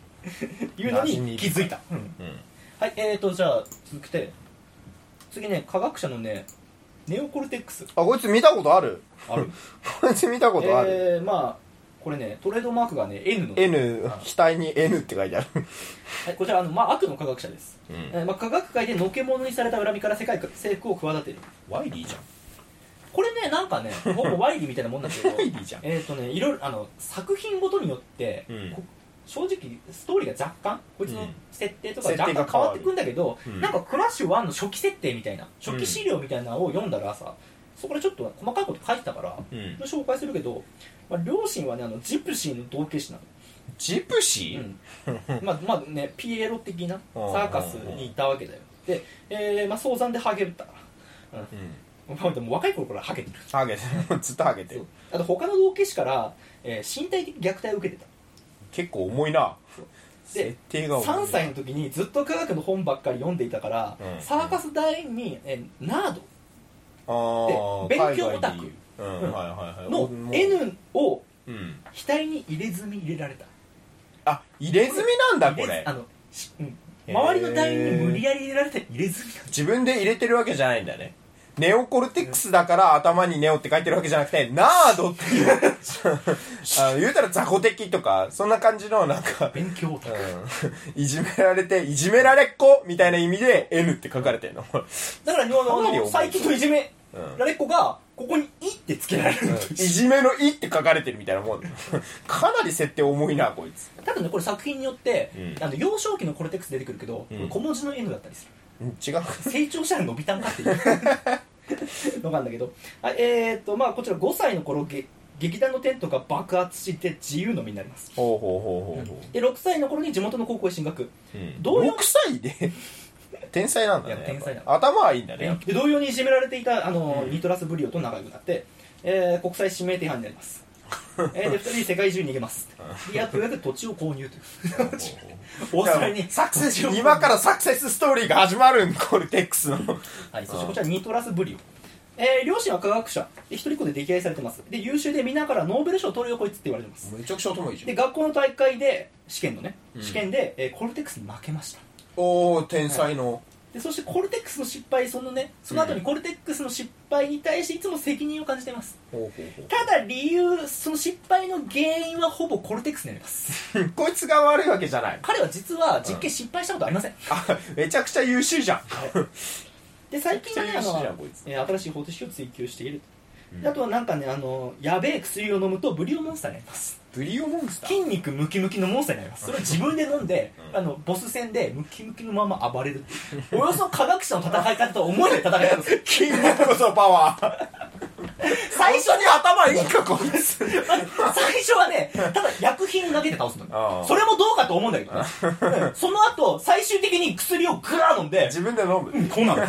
Speaker 1: いうのに気づいた、うん
Speaker 2: うん
Speaker 1: はいえーとじゃあ続けて次ね科学者のねネオコルテックス
Speaker 2: あこいつ見たことある
Speaker 1: あ る
Speaker 2: こいつ見たことある
Speaker 1: えー、まあこれねトレードマークがね N の、
Speaker 2: N 額に N って書いてある
Speaker 1: はい、こちらあの、まあ、悪の科学者です
Speaker 2: うん
Speaker 1: えーまあ、科学界でのけ者にされた恨みから世界征服を企てるワイリーじゃんこれねなんかねほぼワイリーみたいなもんなんだけど
Speaker 2: いいじゃん
Speaker 1: えっとねいろいろあの作品ごとによって、
Speaker 2: うん
Speaker 1: こ正直ストーリーが若干こいつの
Speaker 2: うん
Speaker 1: 設定とか
Speaker 2: 設
Speaker 1: 若
Speaker 2: 定が
Speaker 1: 干変わってくんだけど、
Speaker 2: うん
Speaker 1: なんかクラッシュ1の初期設定みたいな初期資料みたいなのを読んだらさ、そこでちょっと細かいこと書いてたから、
Speaker 2: うん
Speaker 1: 紹介するけど、まあ、両親はねあのジプシーの同系師なの
Speaker 2: ジプシ
Speaker 1: うん、まあまあねピエロ的なサーカスにいたわけだよで、えーまあ、早産でハゲった から、
Speaker 2: ーう
Speaker 1: う
Speaker 2: ん
Speaker 1: んまあ、でも若い頃からハゲてる
Speaker 2: ハゲてるずっとハゲてる
Speaker 1: あと他の同系師から、えー身体的虐待を受けてた
Speaker 2: 結構重いな
Speaker 1: そうで
Speaker 2: 設定が重い
Speaker 1: 3歳の時にずっと科学の本ばっかり読んでいたから、
Speaker 2: うん
Speaker 1: サーカス第二に、えーナー
Speaker 2: あー
Speaker 1: で勉強オタク
Speaker 2: 海外にうん
Speaker 1: うん
Speaker 2: はいはいはい
Speaker 1: ドの
Speaker 2: もう
Speaker 1: N を
Speaker 2: うん
Speaker 1: 額に入れ墨入れられた
Speaker 2: あ入れ墨なんだこ
Speaker 1: 入
Speaker 2: れ
Speaker 1: あのしうん
Speaker 2: へー
Speaker 1: 周りの第二に無理やり入れられた入れ墨なんだ
Speaker 2: 自分で入れてるわけじゃないんだねネオコルテックスだから頭にネオって書いてるわけじゃなくてナードっていうあの言うたら雑魚的とかそんな感じのなんか、
Speaker 1: 勉強オタク
Speaker 2: うん、いじめられていじめられっ子みたいな意味で N って書かれてるの
Speaker 1: だから日本
Speaker 2: かなり重
Speaker 1: の
Speaker 2: い
Speaker 1: 最近のいじめ
Speaker 2: うん
Speaker 1: られっ子がここに「い」ってつけられるん
Speaker 2: いじめの「い」って書かれてるみたいなもん かなり設定重いなこいつ
Speaker 1: ただねこれ作品によって、
Speaker 2: うん
Speaker 1: あの幼少期のコルテックス出てくるけど、
Speaker 2: うん
Speaker 1: 小文字の N だったりする
Speaker 2: うん違う
Speaker 1: 成長したら伸びたんかっていう のがあるんだけどあえー、っとまあこちら5歳の頃げ劇団のテントが爆発して自由の身になります
Speaker 2: ほうほうほうほうほ
Speaker 1: で6歳の頃に地元の高校へ進学
Speaker 2: う、うん、
Speaker 1: どういう
Speaker 2: 6歳で 天才なんだね
Speaker 1: いや天才だ
Speaker 2: やっぱ頭はいいんだねやっぱ
Speaker 1: で同様にいじめられていたあの、
Speaker 2: うん
Speaker 1: ニトラスブリオと仲良くなって、えー国際指名手配になりますえーで2人で世界中に逃げますでやっとやって土地を購入という オーストラリアに
Speaker 2: サクセス今からサクセスストーリーが始まるんコルテック スの
Speaker 1: はい、そしてこちらニトラスブリオ、えー両親は科学者で一人っ子で溺愛されてますで優秀で皆からノーベル賞を取るよこいつって言われてます
Speaker 2: めちゃくちゃ頭いい
Speaker 1: で学校の大会で試験のね、
Speaker 2: うん
Speaker 1: 試験で、えーコルテックスに負けました
Speaker 2: おお天才の、
Speaker 1: でそしてコルテックスの失敗そのねその後にコルテックスの失敗に対していつも責任を感じてます
Speaker 2: ほうほうほ
Speaker 1: ただ理由その失敗の原因はほぼコルテックスになります
Speaker 2: うこいつが悪いわけじゃない
Speaker 1: 彼は実は実験失敗したことありません、
Speaker 2: あめちゃくちゃ優秀じゃん
Speaker 1: で最近はねあ
Speaker 2: めちゃくちゃ優秀じゃん
Speaker 1: の
Speaker 2: こいつ
Speaker 1: えー新しい方程式を追求している
Speaker 2: うん
Speaker 1: あとはなんかねあのやべえ薬を飲むとブリオモンスターになります
Speaker 2: ブリオモンスター
Speaker 1: 筋肉ムキムキのモンスターになりますそれを自分で飲んで、あのボス戦でムキムキのまま暴れるっていうおよそ科学者の戦い方と思いで戦い方ですよ
Speaker 2: 筋肉こそパワー
Speaker 1: 最初に
Speaker 2: 頭いいかこいつ
Speaker 1: 最初はねただ薬品投げて倒すの
Speaker 2: ああ
Speaker 1: それもどうかと思うんだけどね、うんその後最終的に薬をグワー飲んで
Speaker 2: 自分で飲む
Speaker 1: こうなの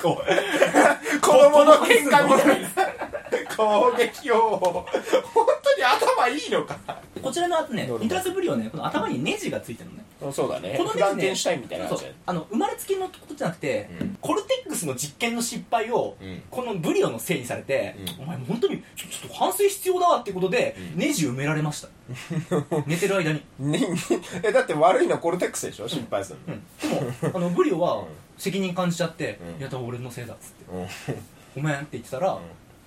Speaker 1: こう
Speaker 2: 子供の喧嘩みたいな攻撃を本当に頭いいのか
Speaker 1: こちらの後ね
Speaker 2: なるほど
Speaker 1: ニトラスブリオねこの頭にネジがついてるのね
Speaker 2: そうだね
Speaker 1: この
Speaker 2: フ
Speaker 1: ネジね
Speaker 2: ランケンシュタインみたいな
Speaker 1: そ
Speaker 2: 感
Speaker 1: うそう
Speaker 2: じだよね
Speaker 1: あの生まれつきのことじゃなくて、
Speaker 2: うん
Speaker 1: コルテックスの実験の失敗を、
Speaker 2: うん
Speaker 1: このブリオのせいにされて、
Speaker 2: うん
Speaker 1: お前本当にちょちょっと反省必要だわってことで、
Speaker 2: うん
Speaker 1: ネジ埋められました 寝てる間に、
Speaker 2: ねえだって悪いのはコルテックスでしょ心配する
Speaker 1: うんでもあのブリオ
Speaker 2: う
Speaker 1: は
Speaker 2: ん
Speaker 1: 責任感じちゃって「
Speaker 2: うん
Speaker 1: いやだ俺のせいだ」っつって
Speaker 2: の、う
Speaker 1: 「
Speaker 2: ん
Speaker 1: ごめん」って言ってたら、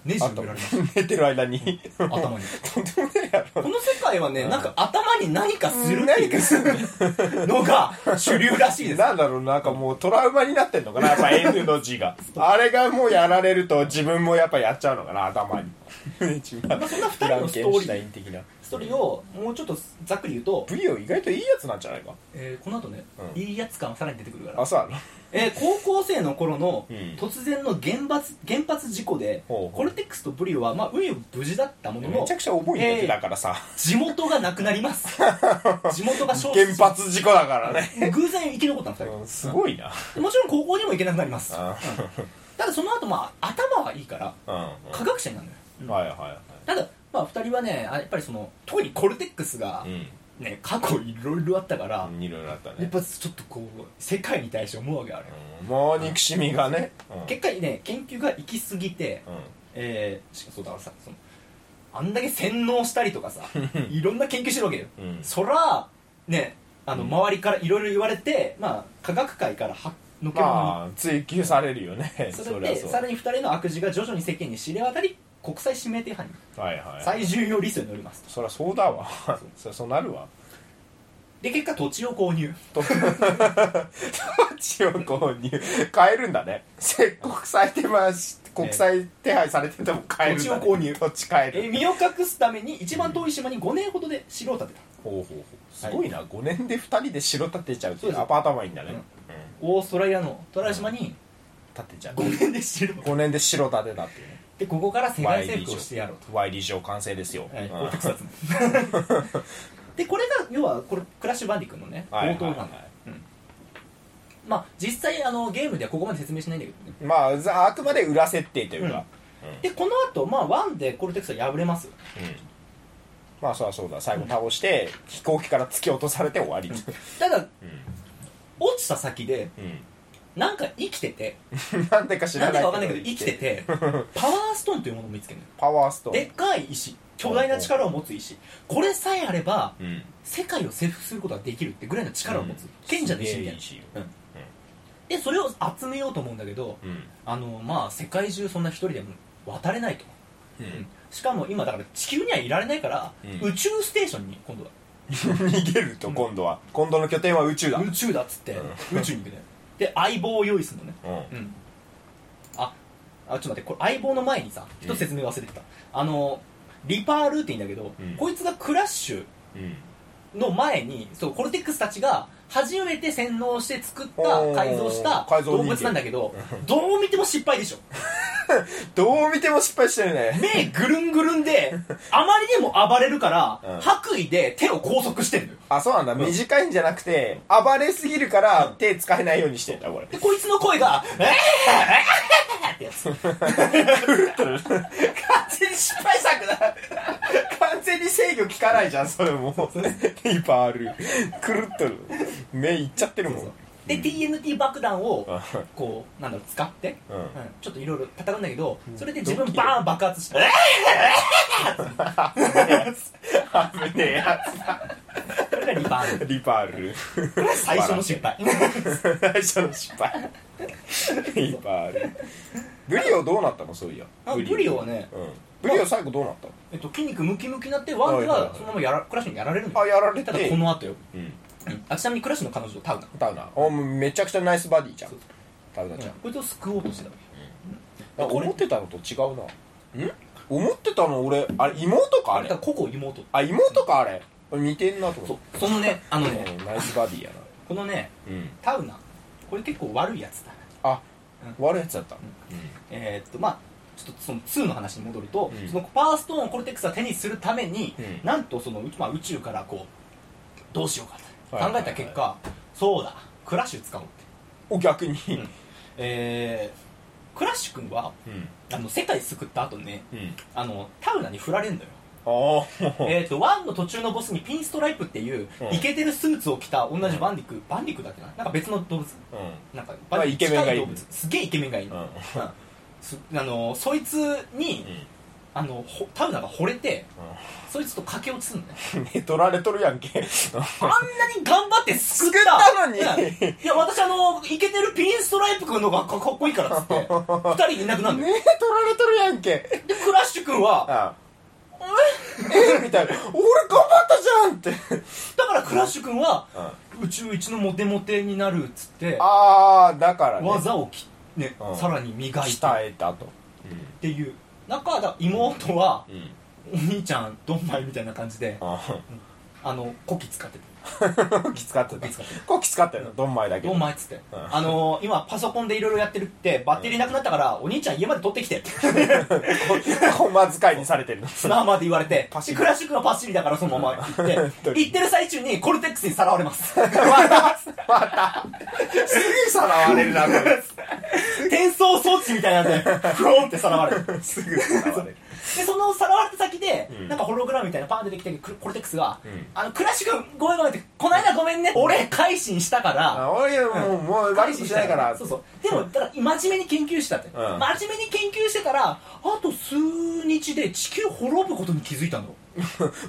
Speaker 1: ネジ
Speaker 2: あ
Speaker 1: 埋
Speaker 2: と
Speaker 1: められました
Speaker 2: 寝てる間に
Speaker 1: 頭に
Speaker 2: とんでもないやろ
Speaker 1: この世界はね
Speaker 2: うん
Speaker 1: なんか頭に何かするっていうのが主流らしいです
Speaker 2: なんだろうなんかもうトラウマになってんのかなやっぱ N の字があれがもうやられると自分もやっぱやっちゃうのかな頭に違う
Speaker 1: そんな二人のストーリー
Speaker 2: フランケンシュタイン的な
Speaker 1: それをもうちょっとざっくり言うと、
Speaker 2: ブリオ意外といいやつなんじゃないか
Speaker 1: えーこの後ね、
Speaker 2: うん
Speaker 1: いいやつ感さらに出てくるから
Speaker 2: あそうなの
Speaker 1: えー高校生の頃の
Speaker 2: うん
Speaker 1: 突然の原発原発事故で、
Speaker 2: ほうほう
Speaker 1: コルテックスとブリオは、まあ、運よく無事だったもの
Speaker 2: め
Speaker 1: の
Speaker 2: ちゃくちゃ重いんだ
Speaker 1: え
Speaker 2: け
Speaker 1: ー
Speaker 2: だからさ
Speaker 1: 地元がなくなります 地元が消
Speaker 2: 原発事故だからね
Speaker 1: 偶然生き残ったんです
Speaker 2: うんすごいな
Speaker 1: もちろん高校にも行けなくなります
Speaker 2: あ
Speaker 1: ただその後、まあ頭はいいから
Speaker 2: うん
Speaker 1: 科学者になるのよ、
Speaker 2: う
Speaker 1: うんん
Speaker 2: はいはいは
Speaker 1: ただ、まあ、2人はねあやっぱりその特にコルテックスが
Speaker 2: い、うん
Speaker 1: ね、過去いろいろあったから、
Speaker 2: いろいろあった
Speaker 1: やっ
Speaker 2: ね
Speaker 1: ぱちょっとこう世界に対して思うわけあるよ、
Speaker 2: うんもう憎しみがねうん
Speaker 1: 結果ね研究が行き過ぎて、えーしそうだからさそのあんだけ洗脳したりとか さいろんな研究してるわけよ、
Speaker 2: うんうん
Speaker 1: そらねあの
Speaker 2: うん
Speaker 1: 周りからいろいろ言われて、まあ、科学界からはのけもの
Speaker 2: まあ追求されるよね
Speaker 1: に
Speaker 2: そ
Speaker 1: そ
Speaker 2: り
Speaker 1: れ
Speaker 2: ゃ
Speaker 1: で
Speaker 2: そう
Speaker 1: さらに2人の悪事が徐々に世間に知れ渡り国際指名手配に
Speaker 2: はいはい
Speaker 1: 最重要リストに乗りますと
Speaker 2: そりゃそうだわ そりゃそうなるわ
Speaker 1: で結果土地を購入
Speaker 2: と土地を購入買えるんだねせ国際手配し国際手配されてても買えるんだ、ね、
Speaker 1: 土地を購入
Speaker 2: 土地買え
Speaker 1: え
Speaker 2: る
Speaker 1: ー身を隠すために一番遠い島に5年ほどで城を建てた
Speaker 2: ほうほうほうすごいな、5年で2人で城建てちゃうっていう
Speaker 1: そうです
Speaker 2: アパートマンいいんだね、
Speaker 1: う
Speaker 2: うんん
Speaker 1: オーストラリアのトラリア島に
Speaker 2: 建てちゃう
Speaker 1: 5年で城
Speaker 2: 5年で城建てたっていうね
Speaker 1: でここから世界征服をしてやろう
Speaker 2: ワイリー城完成ですよ、
Speaker 1: と、はい、
Speaker 2: うん
Speaker 1: オーテク サスのでこれが要はこれクラッシュバンディ君のね
Speaker 2: はいは
Speaker 1: 冒
Speaker 2: い
Speaker 1: 頭なんだ、うんまあ実際あのゲームではここまで説明しないんだけどね
Speaker 2: まあざあくまで裏設定というか、
Speaker 1: でこの後まあワンでコルテックスは破れます
Speaker 2: うんまあそりゃそうだ最後倒して、飛行機から突き落とされて終わり、
Speaker 1: ただ
Speaker 2: う
Speaker 1: 落ちた先で
Speaker 2: んうん
Speaker 1: なんか生きてて
Speaker 2: なんでか知
Speaker 1: な
Speaker 2: ら
Speaker 1: んで
Speaker 2: ない
Speaker 1: かわかんないけど生きててパワ ーストーンというものを見つけるのよ
Speaker 2: パワーストー
Speaker 1: で
Speaker 2: ン
Speaker 1: っかい石巨大な力を持つ石これさえあれば
Speaker 2: うん
Speaker 1: 世界を征服することができるってぐらいの力を持つ、賢者の石みたいな
Speaker 2: すげえいい
Speaker 1: うんでそれを集めようと思うんだけど
Speaker 2: うん
Speaker 1: あのまあ世界中そんな一人でも渡れないと、しかも今だから地球にはいられないから、
Speaker 2: うん
Speaker 1: 宇宙ステーションに今度は
Speaker 2: 逃げると今度は今度の拠点は宇宙だ
Speaker 1: 宇宙だっつって、
Speaker 2: うん
Speaker 1: 宇宙に行くねで相棒を用意するのね
Speaker 2: う
Speaker 1: うんああちょっと待ってこれ相棒の前にさ一つ説明忘れてた、あのリパールーティンだけど、
Speaker 2: うん
Speaker 1: こいつがクラッシュ
Speaker 2: ん
Speaker 1: の前にそうコルテックスたちが初めて洗脳して作った
Speaker 2: おー
Speaker 1: 改造した
Speaker 2: 改造人
Speaker 1: 動
Speaker 2: 間
Speaker 1: 物なんだけどどう見ても失敗でしょ
Speaker 2: どう見ても失敗してるね
Speaker 1: 目ぐるんぐるんであまりにも暴れるから、
Speaker 2: うん
Speaker 1: 白衣で手を拘束してんのよ
Speaker 2: あそうなんだ短いんじゃなくて暴れすぎるから手使えないようにしてんだこれ
Speaker 1: でこいつの声が「えーえーってやつ完全に失敗作だ
Speaker 2: 完全に制御効かないじゃんそれもうリパール狂っとる目いっちゃってるもん
Speaker 1: で TNT 爆弾を
Speaker 2: あ
Speaker 1: こうなんだろう使って、
Speaker 2: うん
Speaker 1: うんちょっといろいろ戦うんだけどそれで自
Speaker 2: ド
Speaker 1: 分
Speaker 2: キドキ
Speaker 1: バーン爆発して「えー
Speaker 2: 危ねえや
Speaker 1: これがリバーン
Speaker 2: つリパール
Speaker 1: これが最初の失敗
Speaker 2: 最初の失敗リパールブリオどうなったのそういや
Speaker 1: あブリオはね、
Speaker 2: うん、ブリオ最後どうなったの
Speaker 1: えっと、筋肉ムキムキになってワンで
Speaker 2: はいは
Speaker 1: は
Speaker 2: いはい
Speaker 1: そのままやらクラッシュにやられるの
Speaker 2: あ
Speaker 1: よ
Speaker 2: やられ
Speaker 1: ただ
Speaker 2: て
Speaker 1: この後よ、
Speaker 2: うん
Speaker 1: うんあちなみにクラッシュの彼女タウナ
Speaker 2: タウナおもうめちゃくちゃナイスバディじゃん
Speaker 1: そう
Speaker 2: タウナちゃん
Speaker 1: こいつを救おうとしてたわけよ
Speaker 2: あ
Speaker 1: これ
Speaker 2: 思ってたのと違うな思ってたの俺あれ妹かあ
Speaker 1: だから
Speaker 2: れ
Speaker 1: 個々妹
Speaker 2: あ妹かあれ俺似てんなと
Speaker 1: そう
Speaker 2: 思っ
Speaker 1: そのねあの
Speaker 2: て
Speaker 1: ね
Speaker 2: うんナイスバディやな
Speaker 1: このね
Speaker 2: うん
Speaker 1: タウナこれ結構悪いやつだ
Speaker 2: あ
Speaker 1: う
Speaker 2: 悪いやつだった
Speaker 1: えーっとまあちょっとその2の話に戻ると、
Speaker 2: うん
Speaker 1: そのパワーストーンコルテックスを手にするために、
Speaker 2: うん
Speaker 1: なんとその、まあ、宇宙からこうどうしようかと
Speaker 2: はいはい
Speaker 1: 考
Speaker 2: はい
Speaker 1: えた結果、そうだクラッシュ使おうって、
Speaker 2: お逆に
Speaker 1: んえークラッシュ君は
Speaker 2: うん
Speaker 1: あの世界救った後ね
Speaker 2: うん
Speaker 1: あのタウナに振られるのよ
Speaker 2: ああ
Speaker 1: えーっと1の途中のボスにピンストライプっていう
Speaker 2: うん
Speaker 1: イケてるスーツを着た同じバンディク、バンディクだっけななんか別の動物
Speaker 2: うん
Speaker 1: なんか
Speaker 2: まあイケメンがいる
Speaker 1: 近動物すげえイケメンがいる、
Speaker 2: うん
Speaker 1: うんす あのそいつに、あのほタウナが惚れてそいつと駆け落ちすんのね
Speaker 2: 寝取られとるやんけ
Speaker 1: あんなに頑張って救った
Speaker 2: 救ったのに
Speaker 1: うんいや私あのイケてるピンストライプ君の方がかかっこいいからっつって 二人いなくなるのよ
Speaker 2: ねえ取られとるやんけ
Speaker 1: でクラッシュ君は
Speaker 2: あえみたいな俺頑張ったじゃんって
Speaker 1: だからクラッシュ君は
Speaker 2: あ
Speaker 1: 宇宙一のモテモテになるっつって
Speaker 2: あーだからね
Speaker 1: 技をき、ね
Speaker 2: うん
Speaker 1: さらに磨いてっ
Speaker 2: 鍛えたと
Speaker 1: ていう中だ妹は
Speaker 2: うんうん
Speaker 1: お兄ちゃんドンマイみたいな感じで
Speaker 2: ああ
Speaker 1: あのコキ使ってて
Speaker 2: こき使ってた
Speaker 1: こき使って
Speaker 2: こき使ってたのドンマイだけど
Speaker 1: ドンマイっつって、
Speaker 2: うん
Speaker 1: あのー、今パソコンでいろいろやってるってバッテリーなくなったから、お兄ちゃん家まで取ってきてって
Speaker 2: こんま遣いにされてるの
Speaker 1: 砂浜で言われて
Speaker 2: パシリ
Speaker 1: でクラシックがパッシリだからそのまま 行って
Speaker 2: うん
Speaker 1: 行ってる最中にコルテックスにさらわれます
Speaker 2: すぐさらわれるなこれ
Speaker 1: 転送装置みたいなんでフローンってさらわれるです
Speaker 2: ぐさらわれる
Speaker 1: そのさらわれた先で、
Speaker 2: うん
Speaker 1: なんかホログラムみたいなパーン出てきてコルテックスが、
Speaker 2: うん
Speaker 1: あのクラシックごめんごめんってこの間ごめんね俺改心したから
Speaker 2: あ俺もうもう悪いことしないから
Speaker 1: そうそうでもだから真面目に研究したって、
Speaker 2: ん
Speaker 1: 真面目に研究してたらあと数日で地球滅ぶことに気づいたんだ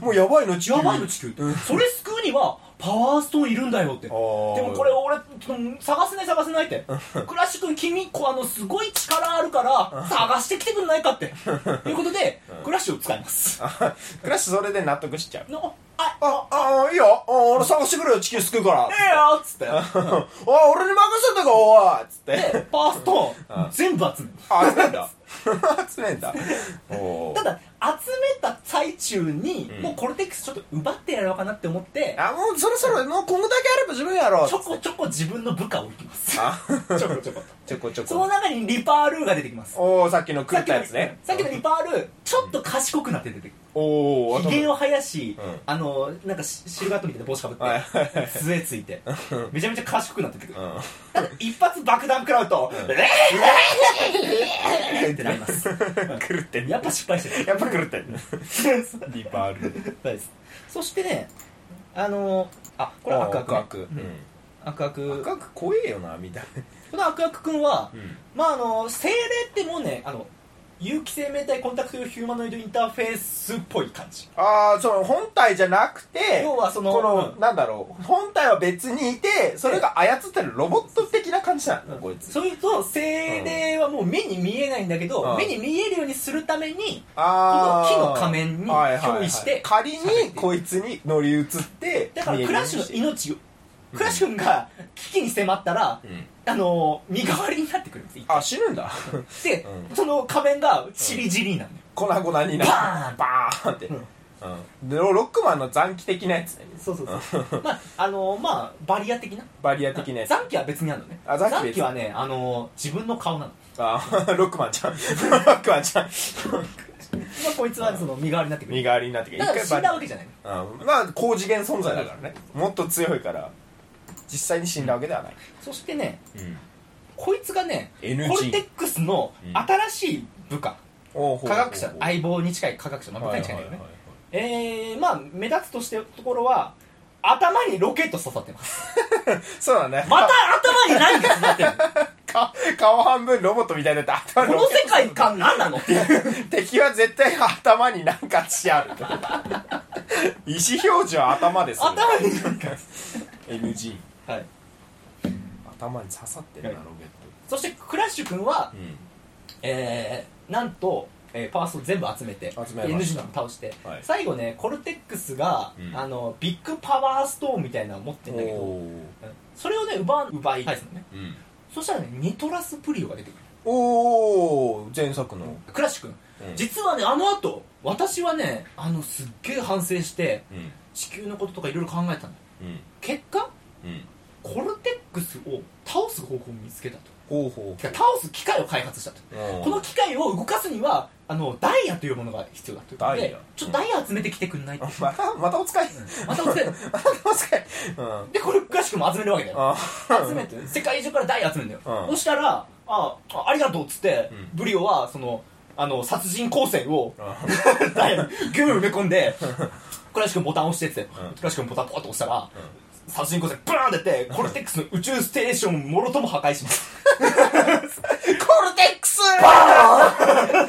Speaker 2: もうやばいの
Speaker 1: やばいの地球って、それ救うにはパワーストーンいるんだよってで
Speaker 2: おー
Speaker 1: もこれ俺うん探せない探せないってクラッシュ君君こうあのすごい力あるから探してきてくんないかっていうことでクラッシュを使います
Speaker 2: クラッシュそれで納得しちゃう
Speaker 1: のあ
Speaker 2: ああいいよあ俺探してくれよ地球救うから
Speaker 1: ええよっつって
Speaker 2: あ俺に任せとこおいっつって
Speaker 1: でパワーストー
Speaker 2: う
Speaker 1: ン全部集める
Speaker 2: あ集めんだ集めんだお
Speaker 1: た
Speaker 2: ー
Speaker 1: だ集めた最中に、
Speaker 2: うん
Speaker 1: もうコルテックスちょっと奪ってやろうかなって思って
Speaker 2: あもうそろそろもう今後だけあれば自分やろう
Speaker 1: ちょこちょこ自分の部下を置きます
Speaker 2: あ
Speaker 1: ちょこちょこ
Speaker 2: ちょこちょ
Speaker 1: その
Speaker 2: こ
Speaker 1: 中にリパールーが出てきます
Speaker 2: おおさっきの食
Speaker 1: さっ
Speaker 2: っ
Speaker 1: きの
Speaker 2: たやつね
Speaker 1: さっきのリパールちょっと賢くなって出てく
Speaker 2: おお
Speaker 1: るひげを生やし、
Speaker 2: うん
Speaker 1: あのなんかシシルガートみたいな帽子かぶ
Speaker 2: はい
Speaker 1: って杖ついてめちゃめちゃ賢くなって出てく
Speaker 2: う
Speaker 1: る
Speaker 2: ん
Speaker 1: ただ一発爆弾食らうと「 ええー!」ってなります
Speaker 2: 狂ってん
Speaker 1: やっぱ失敗してる
Speaker 2: やっぱ狂ってんリバール
Speaker 1: そうですそしてねあのー、あこれはアクアク
Speaker 2: アク
Speaker 1: ねアクア
Speaker 2: うんア
Speaker 1: ク
Speaker 2: クアク怖えよなみたい
Speaker 1: このアクアクくんは、
Speaker 2: な
Speaker 1: まああの精霊ってもうねあの有機生命体コンタクトヒューマノイドインターフェースっぽい感じ
Speaker 2: ああその本体じゃなくて
Speaker 1: 要はその
Speaker 2: この
Speaker 1: うん
Speaker 2: なんだろう本体は別にいてそれが操ってるロボット的な感じなのこいつ
Speaker 1: それと精霊はもう目に見えないんだけど、
Speaker 2: うん
Speaker 1: 目に見えるようにするために
Speaker 2: あ
Speaker 1: こ
Speaker 2: ー
Speaker 1: の木の仮面に
Speaker 2: はいはいはい
Speaker 1: 憑依して
Speaker 2: 仮にこいつに乗り移って
Speaker 1: だからクラッシュの命をクラッシュ君が危機に迫ったら、
Speaker 2: うん
Speaker 1: あの身代わりになってくるんです
Speaker 2: あ死ぬんだ
Speaker 1: で、
Speaker 2: う
Speaker 1: その仮面がチリジリになるのよ、
Speaker 2: 粉々にな
Speaker 1: バーン
Speaker 2: バーンって、
Speaker 1: う
Speaker 2: うんんでロロックマンの残機的なやつね
Speaker 1: そうそうそうまああのまあバリア的な
Speaker 2: バリア的なやつ
Speaker 1: 残機は別にあるのね
Speaker 2: あ残機別
Speaker 1: はねあの自分の顔なの
Speaker 2: あ ーロックマンちゃんロックマンちゃん
Speaker 1: まあ、こいつはその身代わりになってく
Speaker 2: 身
Speaker 1: る
Speaker 2: 代わりになってくる
Speaker 1: だから死んだわけじゃない
Speaker 2: うんまあ高次元存在だからねもっと強いから実際に死んだわけではない、
Speaker 1: そしてねこいつがね
Speaker 2: NG
Speaker 1: コルテックスの
Speaker 2: うん
Speaker 1: 新しい部下、
Speaker 2: おうほうほうほう
Speaker 1: 科学者相棒に近い科学者、まあ、部
Speaker 2: は
Speaker 1: 下に
Speaker 2: い
Speaker 1: 近
Speaker 2: はい
Speaker 1: いん
Speaker 2: はい
Speaker 1: だ
Speaker 2: は
Speaker 1: けど
Speaker 2: い
Speaker 1: ね、えー、まあ目立つとしてるところは頭にロケット刺さってます
Speaker 2: そうだね
Speaker 1: また頭に何が刺さってる
Speaker 2: か顔半分ロボットみたいになって頭
Speaker 1: こ
Speaker 2: の
Speaker 1: の世界観何 なのっていう
Speaker 2: 敵は絶対頭になんかしある 意思表示は頭でする
Speaker 1: 頭に何か
Speaker 2: NG
Speaker 1: はい
Speaker 2: 頭に刺さってるなロケッ
Speaker 1: そしてクラッシュ君は
Speaker 2: ト、うん
Speaker 1: えー、なんと、えーパワースト全部集めて
Speaker 2: 集めました
Speaker 1: NG の倒して、
Speaker 2: はい
Speaker 1: 最後ねコルテックスが、
Speaker 2: うん
Speaker 1: あのビッグパワーストーンみたいなのを持ってんだけど
Speaker 2: お
Speaker 1: それをね奪う奪い返すのね
Speaker 2: ーうん
Speaker 1: そしたらねニトラスプリオが出てく
Speaker 2: おー前作の
Speaker 1: るクラッシュ君
Speaker 2: うん
Speaker 1: 実はねあの後私はねあのすっげえ反省して
Speaker 2: うん
Speaker 1: 地球のこととかいろいろ考えたんだよ
Speaker 2: うん
Speaker 1: 結果
Speaker 2: うん
Speaker 1: コルテックスを倒す方法を見つけたと
Speaker 2: ほうほ
Speaker 1: てか倒す機械を開発したと
Speaker 2: ううん
Speaker 1: この機械を動かすにはあのダイヤというものが必要だということ
Speaker 2: ダイヤ
Speaker 1: でちょっとダイヤ集めてきてくんないって
Speaker 2: また またお使い
Speaker 1: またお世話
Speaker 2: またお使いうん
Speaker 1: でこれ詳しくも集めるわけだよ
Speaker 2: あ
Speaker 1: 集めて世界中から台集めるんだよ、
Speaker 2: う
Speaker 1: そ
Speaker 2: ん
Speaker 1: したら「ああありがとう」っつって、
Speaker 2: う
Speaker 1: ブリオはそのあの殺人構成を
Speaker 2: う ん
Speaker 1: 台にギュー埋め込ん で倉石君ボタン押してっつって
Speaker 2: うん
Speaker 1: 倉石君ボタンポコッと押したら、殺人構成ブラーンってやってコルテックスの宇宙ステーションもろとも破壊します
Speaker 2: コルテックス バーンコルテッ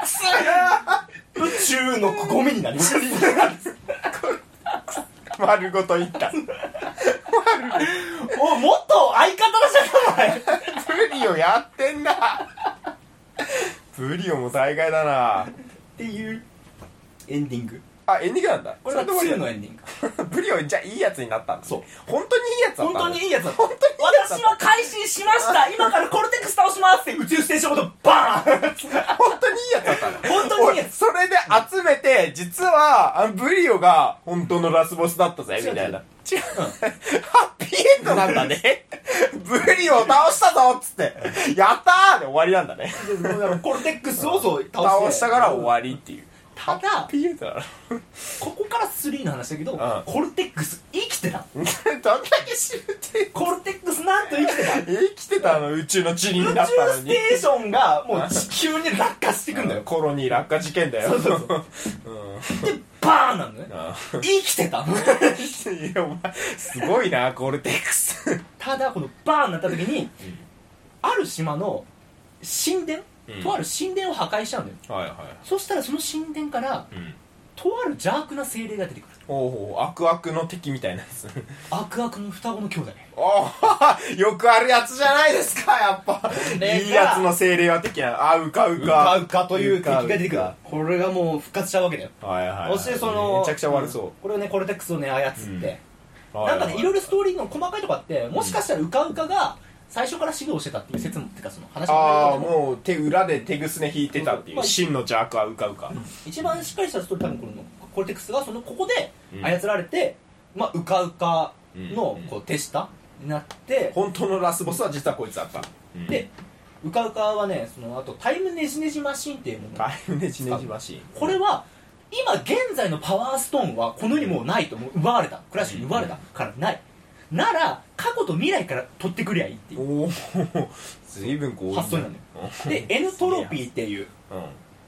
Speaker 2: クス
Speaker 1: 宇宙のゴミになります
Speaker 2: 丸ごといった
Speaker 1: お元相方だじゃない
Speaker 2: プリオやってんなプリオも大概だな
Speaker 1: っていうエンディング
Speaker 2: あエンディングなんだ
Speaker 1: これが
Speaker 2: それ
Speaker 1: 2
Speaker 2: とも
Speaker 1: のエンディング
Speaker 2: プリオじゃあいいやつになったんだ
Speaker 1: そう
Speaker 2: 本当にいいやつだった
Speaker 1: 本
Speaker 2: んだ
Speaker 1: 当にいいやつだった
Speaker 2: 本当にいいやつだっ
Speaker 1: 私は改心しました今からコルテックス倒しますって宇宙ステーションごとバーン
Speaker 2: た本当にいいやつだったんだ
Speaker 1: 本当にいいやつ
Speaker 2: 俺それで集めて実はあのブリオが本当のラスボスだったぜみたいな違うハッピーエンドなんだねブリオを倒したぞっつってやったーで終わりなんだね
Speaker 1: コルテックスをそう倒して
Speaker 2: 倒したから終わりっていう
Speaker 1: た
Speaker 2: ハ
Speaker 1: だ
Speaker 2: ッピーエンドだな
Speaker 1: ここから3の話だけど、
Speaker 2: ん
Speaker 1: コルテックス生きてた
Speaker 2: どんだけ知って
Speaker 1: コルテックスなんと生きてた宇
Speaker 2: 生きてたあの宇宙の地理にな
Speaker 1: 宙
Speaker 2: ったの
Speaker 1: ス
Speaker 2: に
Speaker 1: テーションがもう地球に落下していくんだよ
Speaker 2: コロニー落下事件だよ
Speaker 1: そうそうそう
Speaker 2: うん
Speaker 1: でバーンなのね
Speaker 2: あ
Speaker 1: 生きてたの
Speaker 2: いやお前すごいなコルテックス
Speaker 1: ただこのバーンなった時に、ある島の神殿、
Speaker 2: うん
Speaker 1: とある神殿を破壊しちゃうんだよ
Speaker 2: はいは
Speaker 1: そしたらその神殿から
Speaker 2: いうん
Speaker 1: とある邪悪な精霊が出てくる
Speaker 2: おうおうアクアクの敵みたいなやつ
Speaker 1: 悪悪の双子の兄弟
Speaker 2: おうよくあるやつじゃないですかやっぱ
Speaker 1: れが
Speaker 2: いいやつの精霊は敵やあうかうか
Speaker 1: かという敵が出てくる
Speaker 2: うか
Speaker 1: これがもう復活しちゃうわけだよ
Speaker 2: うかはいはいはい
Speaker 1: そしてその
Speaker 2: めちゃくちゃ悪そう
Speaker 1: これをねコルテックスをね操っ
Speaker 2: うん
Speaker 1: て、
Speaker 2: は
Speaker 1: ないんかねいろいろストーリーの細かいとこあってもしかしたらウカウカが最初から指導してたっていう説もてかその話も
Speaker 2: ああ
Speaker 1: るけど
Speaker 2: もう手裏で手ぐすね引いてたってい
Speaker 1: ま
Speaker 2: う
Speaker 1: あ
Speaker 2: 真の邪悪はうかうか
Speaker 1: 一番しっかりしたストーリー多分このコルテックスがそのここで
Speaker 2: うん
Speaker 1: 操られて、まあウカウカの
Speaker 2: うん
Speaker 1: こう手下になって、
Speaker 2: 本当のラスボスは実はこいつだった
Speaker 1: でウカウカはねそのあとタイムネジネジマシンっていうもの
Speaker 2: タイムネジネジマシン
Speaker 1: これは今現在のパワーストーンはこの世にもうないともう奪われたクラシックに奪われたからないなら過去と未来から取ってくりゃいいっていう
Speaker 2: おおずいぶんこう
Speaker 1: 発想になるでエヌトロピーっていう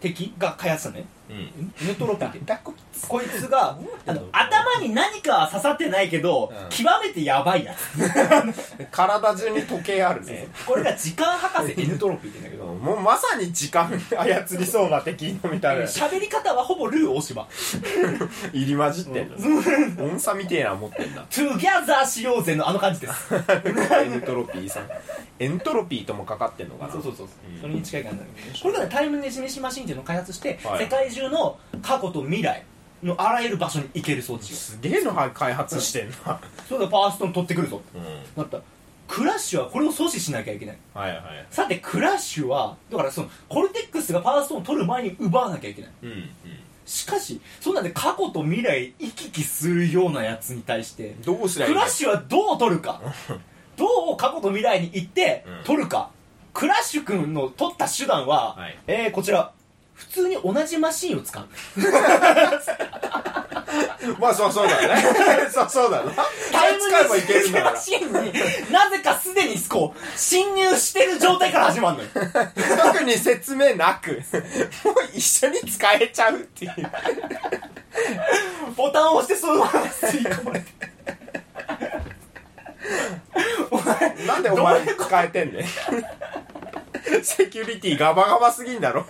Speaker 1: 敵が開発したのね
Speaker 2: うんうん
Speaker 1: エヌトロピーって
Speaker 2: だこ
Speaker 1: こいつがあの頭に何かは刺さってないけど、
Speaker 2: うん
Speaker 1: 極めてやばいやつ
Speaker 2: 体中に時計あるね
Speaker 1: これが時間博士エヌトロピーって言うんだ
Speaker 2: もうまさに時間操りそうな敵のみたい
Speaker 1: けど
Speaker 2: な
Speaker 1: 喋り方はほぼルー大島
Speaker 2: 入り混じってんの音差みてえなの持ってん だ
Speaker 1: トゥギャザーしようぜのあの感じです
Speaker 2: エントロピーさんエントロピーともかかってんのかな
Speaker 1: そうそうそう、
Speaker 2: うん
Speaker 1: それに近い感じなんだけどこれがねタイムネジネジマシンっていうのを開発して、
Speaker 2: はい
Speaker 1: 世界中の過去と未来のあらゆる場所に行ける装置を
Speaker 2: すげえの開発してんな
Speaker 1: それがパワーストーン取ってくるぞ
Speaker 2: うん
Speaker 1: なったクラッシュはこれを阻止しなきゃいけない
Speaker 2: はいはい
Speaker 1: さてクラッシュはだからそのコルテックスがパワーストーンを取る前に奪わなきゃいけない
Speaker 2: うんうん
Speaker 1: しかしそんなんで過去と未来行き来するようなやつに対して
Speaker 2: どうすりゃいい
Speaker 1: ク
Speaker 2: の
Speaker 1: ラッシュはどう取るかどう過去と未来に行って
Speaker 2: うん
Speaker 1: 取るか、クラッシュ君の取った手段は、
Speaker 2: はい
Speaker 1: えー、こちら普通に同じマシンを使う
Speaker 2: まあそうそうだよね そうそうだな
Speaker 1: タイム
Speaker 2: 使えばいけるんだか
Speaker 1: マ
Speaker 2: ら
Speaker 1: シンになぜかすでにこう侵入してる状態から始まるの よ
Speaker 2: 特に説明な くもう一緒に使えちゃうっていう
Speaker 1: ボタンを押してそのまま吸い込まれてお前
Speaker 2: なんでお前使えてんねんセキュリティガバガバすぎんだろ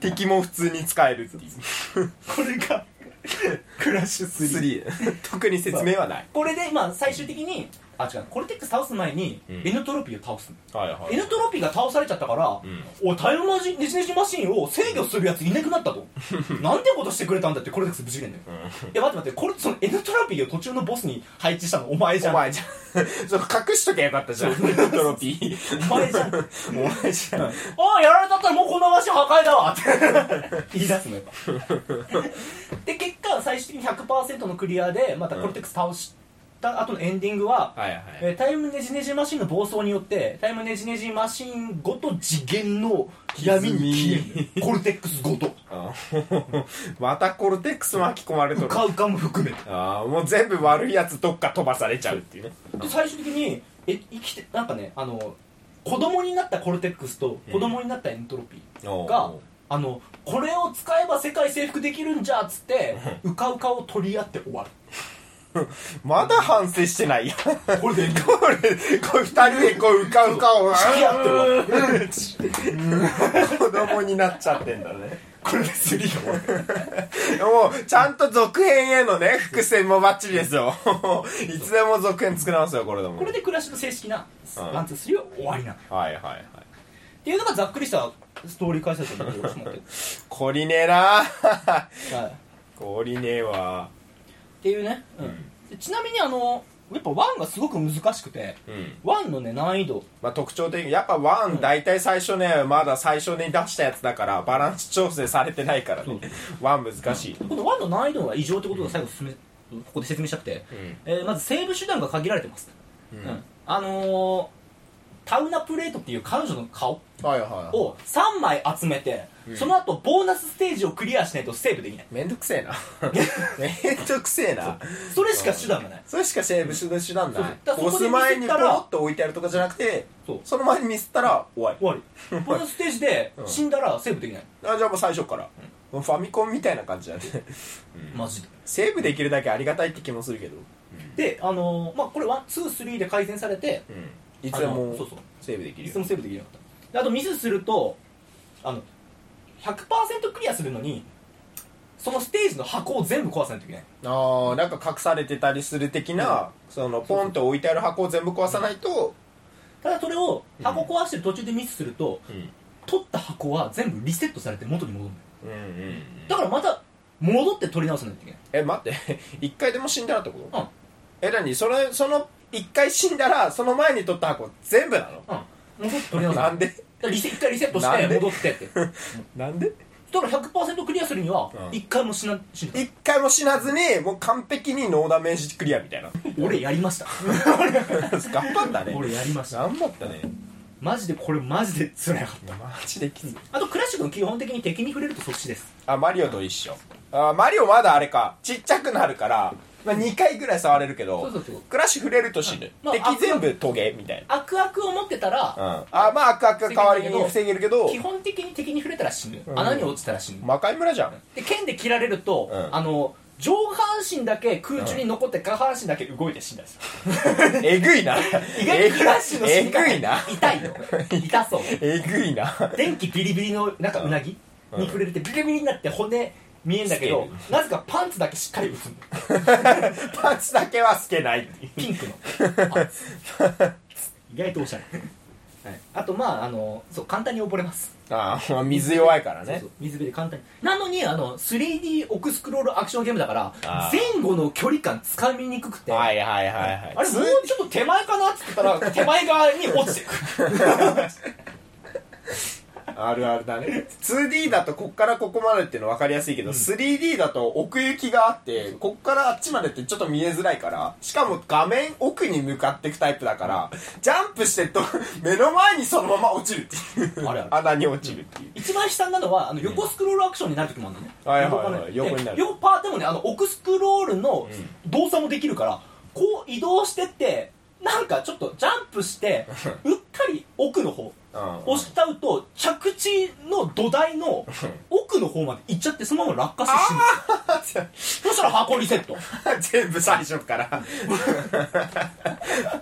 Speaker 2: 敵も普通に使えるっていう
Speaker 1: これがクラッシュ3
Speaker 2: 3特に説明はない
Speaker 1: これでまあ最終的にあ違うコルテックス倒す前に、
Speaker 2: うん
Speaker 1: エヌトロピーを倒すの
Speaker 2: はいは
Speaker 1: エ
Speaker 2: い
Speaker 1: ヌトロピーが倒されちゃったから、
Speaker 2: うん
Speaker 1: おいタイムマジネジネジマシンを制御するやついなくなった となんてことしてくれたんだってコルテックスぶち切れんだよ、いや待って待ってこれそのエヌトロピーを途中のボスに配置したのお前じゃ
Speaker 2: お
Speaker 1: んお前
Speaker 2: 前じゃんそう隠しときゃよかったじゃんトロピー
Speaker 1: じゃん
Speaker 2: お前じゃん
Speaker 1: ああやられたったらもうこの足破壊だわ って言い出すのやっぱで結果最終的に100%のクリアでまたコルテックス倒した後のエンディングは、
Speaker 2: はいは
Speaker 1: えータイムネジネジマシンの暴走によってタイムネジネジマシンごと次元の闇に消え るコルテックスごと
Speaker 2: あまたコルテックス巻き込まれと
Speaker 1: う
Speaker 2: る
Speaker 1: かうかも含めて
Speaker 2: ああもう全部悪いやつどっか飛ばされちゃうっていうね
Speaker 1: で最終的にえ生きてなんかねあの子供になったコルテックスと子供になったエントロピーが、
Speaker 2: おう
Speaker 1: あのこれを使えば世界征服できるんじゃっつってうかうかを取り合って終わる
Speaker 2: まだ反省してないやん
Speaker 1: これで
Speaker 2: これこう二人でこううかうかを
Speaker 1: き合って終わる
Speaker 2: 子供になっちゃってんだね
Speaker 1: これで3が終わる
Speaker 2: もうちゃんと続編へのね伏線もバッチリですよ いつでも続編作れますよこれでも
Speaker 1: これで暮らしの正式な
Speaker 2: うん
Speaker 1: ワンツースリーは終わりなのっ
Speaker 2: はいはいはい
Speaker 1: ていうのがざっくりしたストーリー解説だと思うんだけ
Speaker 2: 懲りねえ
Speaker 1: ど、
Speaker 2: な
Speaker 1: はい、っ
Speaker 2: 懲りねえわ
Speaker 1: ていうね、うんでちなみにあのやっぱワンがすごく難しくて
Speaker 2: うん
Speaker 1: ワンのね難易度
Speaker 2: まあ、特徴的にやっぱワン大体最初ね、まだ最初に出したやつだからバランス調整されてないからねワン難しい、
Speaker 1: この1の難易度が異常ってことが最後進め、ここで説明したくて、
Speaker 2: うん
Speaker 1: えーまずセーブ手段が限られてます、
Speaker 2: うん
Speaker 1: うんあのータウナプレートっていう彼女の顔
Speaker 2: はいはい
Speaker 1: を3枚集めて、
Speaker 2: ん
Speaker 1: その後ボーナスステージをクリアしないとセーブできない
Speaker 2: めんどくせえな めんどくせえな
Speaker 1: それしか手段がない
Speaker 2: それしかセーブ手段手段ない
Speaker 1: そうそうだからそこ
Speaker 2: 押す
Speaker 1: でミ
Speaker 2: 前
Speaker 1: ス
Speaker 2: に
Speaker 1: っ
Speaker 2: ポ
Speaker 1: たら
Speaker 2: ロッと置いてあるとかじゃなくて
Speaker 1: そう
Speaker 2: その前にミスったら終わり
Speaker 1: 終わりボーナスステージで
Speaker 2: ん
Speaker 1: 死んだらセーブできない、
Speaker 2: あじゃあもう最初から、もうファミコンみたいな感じだね
Speaker 1: マジで
Speaker 2: セーブできるだけありがたいって気もするけど、
Speaker 1: であのーまあこれ123で改善されて
Speaker 2: いつで
Speaker 1: あ
Speaker 2: も
Speaker 1: のそうそう
Speaker 2: セーブでき
Speaker 1: い
Speaker 2: る
Speaker 1: つで
Speaker 2: よ
Speaker 1: もセーブできなかったであとミスするとあの100%クリアするのにそのステージの箱を全部壊さないといけない
Speaker 2: あーなんか隠されてたりする的な、そのポンと置いてある箱を全部壊さないと、
Speaker 1: ただそれを箱壊してる途中でミスすると、
Speaker 2: うん
Speaker 1: 取った箱は全部リセットされて元に戻るのよ
Speaker 2: うんうん
Speaker 1: だからまた戻って取り直さないといけない
Speaker 2: え待って 一回でも死んだらってこと
Speaker 1: うん
Speaker 2: え何それその一回死んだらその前に取った箱全部なの
Speaker 1: うん戻って取り直さ
Speaker 2: な
Speaker 1: ない
Speaker 2: んで
Speaker 1: だからリセ一回リセットし
Speaker 2: な
Speaker 1: て
Speaker 2: んで
Speaker 1: 戻ってってだか
Speaker 2: なんで
Speaker 1: ら100%クリアするには
Speaker 2: うん
Speaker 1: 一回も死な死んだ
Speaker 2: 一回も死なずにもう完璧にノーダメージクリアみたいな
Speaker 1: 俺やり ました
Speaker 2: 頑張ったね
Speaker 1: 俺やりました
Speaker 2: 頑張ったね
Speaker 1: マジでこれマジで辛かっ
Speaker 2: いやマジできつい
Speaker 1: たあとクラシックの基本的に敵に触れると即死です
Speaker 2: あマリオと一緒あマリオまだあれかちっちゃくなるから、まあ、2回ぐらい触れるけど
Speaker 1: そうそうそう
Speaker 2: クラッシュ触れると死ぬ、
Speaker 1: まあ
Speaker 2: 敵全部トゲみたい
Speaker 1: アクアクを持ってたら、
Speaker 2: な、うん、あまあ悪悪代わりに防げるけど
Speaker 1: 基本的に敵に触れたら死ぬ、
Speaker 2: ん
Speaker 1: 穴に落ちたら死ぬ、
Speaker 2: 魔界村じゃん
Speaker 1: で剣で切られると、
Speaker 2: うん
Speaker 1: あの上半身だけ空中に残って下半身だけ動いて死んだりす
Speaker 2: えぐいな
Speaker 1: る、意外にクラッシュの死
Speaker 2: え
Speaker 1: に
Speaker 2: ぐ
Speaker 1: 方
Speaker 2: いな
Speaker 1: 痛いよ痛そう
Speaker 2: えぐいな
Speaker 1: 電気ビリビリのなんかうなぎ
Speaker 2: ん
Speaker 1: に触れるってビリビリになって骨見えんだけど
Speaker 2: 透
Speaker 1: なぜかパンツだけしっかり打つんだよ
Speaker 2: パンツだけは透けないっていう
Speaker 1: ピンクの パンツ意外とおしゃれ、はい、あとまああのそう簡単に溺れます
Speaker 2: ああまあ水弱いから
Speaker 1: そう
Speaker 2: ね
Speaker 1: そう水辺で簡単になのにあの 3D オクスクロールアクションゲームだから
Speaker 2: あー
Speaker 1: 前後の距離感つかみにくくて、
Speaker 2: はいはいはいはい
Speaker 1: あれもうちょっと手前かなって言った ら手前側に落ちてくる
Speaker 2: あるあるだね 2D だとこっからここまでっていうの分かりやすいけど、3D だと奥行きがあってこっからあっちまでってちょっと見えづらいからしかも画面奥に向かっていくタイプだからジャンプしてと 目の前にそのまま落ちるっていう
Speaker 1: あれあれ
Speaker 2: 穴に落ちるっていう
Speaker 1: 一番悲惨なのはあの横スクロールアクションになる時もあるのね、
Speaker 2: はいはいはい
Speaker 1: 横
Speaker 2: 横
Speaker 1: ね
Speaker 2: になる
Speaker 1: で横パーでもねあの奥スクロールの動作もできるから、こう移動してってなんかちょっとジャンプして うっかり奥の方
Speaker 2: うん
Speaker 1: 押しちゃうと着地の土台の奥の方まで行っちゃってそのまま落下して死ぬそしたら箱リセット
Speaker 2: 全部最初から パー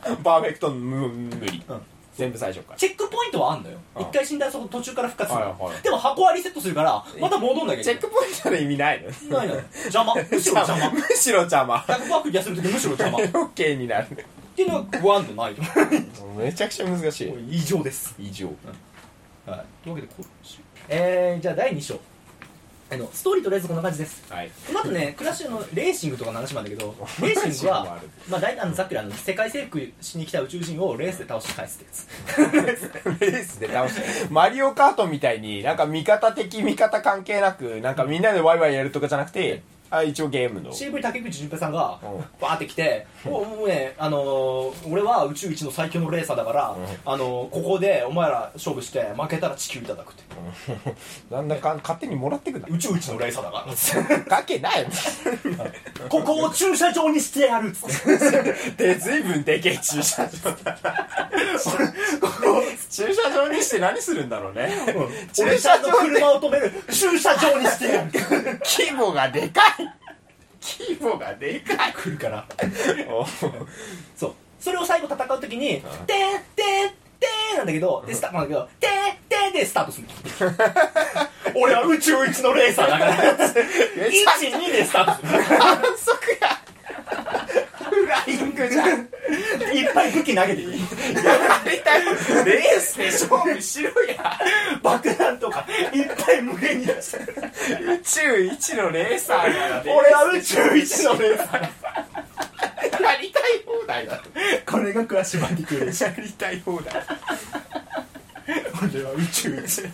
Speaker 2: フェクト無無理、
Speaker 1: うん
Speaker 2: 全部最初から
Speaker 1: チェックポイントはあんのよ
Speaker 2: あ
Speaker 1: 一回死んだらそこ途中から復活する
Speaker 2: はいはい
Speaker 1: でも箱はリセットするからまた戻んなきゃい
Speaker 2: チ
Speaker 1: け
Speaker 2: ェックポイントの意味ないの
Speaker 1: ない ないの邪魔むしろ邪魔
Speaker 2: むしろ邪魔
Speaker 1: 100%クリアするときむしろ邪魔
Speaker 2: オッケーにな
Speaker 3: っ
Speaker 2: る
Speaker 3: ていうのはワンのないと 思
Speaker 2: めちゃくちゃ難し
Speaker 3: う異常です
Speaker 2: い以上
Speaker 3: はいというわけでこうし
Speaker 1: えー、じゃあ第2章あのストーリーとりあえずこんな感じです
Speaker 2: はい
Speaker 1: この後ねクラッシュのレーシングとかの話もある んだけどレーシング
Speaker 2: レーシングもあ
Speaker 1: は
Speaker 2: る
Speaker 1: まあ大あのざっくりあの世界征服しに来た宇宙人をレースで倒して返すってやつ
Speaker 2: レースで倒してマリオカートみたいになんか味方敵味方関係なくなんかみんなでワイワイやるとかじゃなくてあ一応ゲームの
Speaker 1: CV 竹口純平さんが
Speaker 2: うん
Speaker 1: バーって来て「おもうね、あのー俺は宇宙一の最強のレーサーだから、あのーここでお前ら勝負して負けたら地球いただく」って
Speaker 2: なんだか勝手にもらってくん
Speaker 1: 「
Speaker 2: だ
Speaker 1: 宇宙一のレーサーだから」
Speaker 2: かけないもん
Speaker 1: ここを駐車場にしてやる」っつって
Speaker 2: で随分でけえ駐車場だここ駐車場にして何するんだろうね
Speaker 1: 「
Speaker 2: 駐
Speaker 1: 駐
Speaker 2: 車
Speaker 1: 車
Speaker 2: 場
Speaker 1: 場
Speaker 2: で
Speaker 1: の車を止める駐車場にしてやる」
Speaker 2: 規模がでかい規模がでか い
Speaker 1: 来るから
Speaker 2: お
Speaker 1: そうそれを最後戦う時に「てーてーてー」なんだけどでスタートなんだけど「てーてー」でスタートする 俺は宇宙一のレーサーだから
Speaker 2: めちゃくちゃ
Speaker 1: 12でスタートする
Speaker 2: 反則やフライングじゃんや
Speaker 1: いっぱい武器投げてくる
Speaker 2: りたいレースで勝負しろや
Speaker 1: 爆弾とかいっぱい無限に出して
Speaker 2: 宇宙一のレーサーなら
Speaker 1: 俺 は宇宙一のレーサー
Speaker 2: やりたい放題だ
Speaker 1: これがクラッシュバンディクール
Speaker 2: やりたい放題
Speaker 1: 俺は 宇宙一っ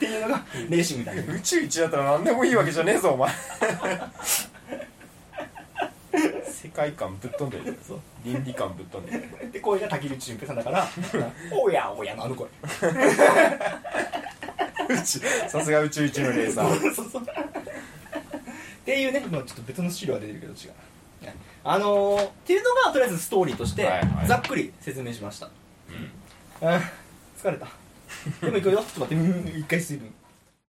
Speaker 1: ていうのがレーシングだけど
Speaker 2: 宇宙一だったら何でもいいわけじゃねえぞお前世界観ぶっ飛んでる
Speaker 1: そう
Speaker 2: 倫理観ぶっ飛んでる
Speaker 1: で声が滝口純平さんだから おやおやのあの声
Speaker 2: 宇宙さすが宇宙一のレーサー
Speaker 1: そうそうっていうね、まあ、ちょっと別の資料が出てるけど違うねあのー、っていうのがとりあえずストーリーとして
Speaker 2: はいはい
Speaker 1: ざっくり説明しました、うん、疲れたでも行くよちょっと待ってうん一回水分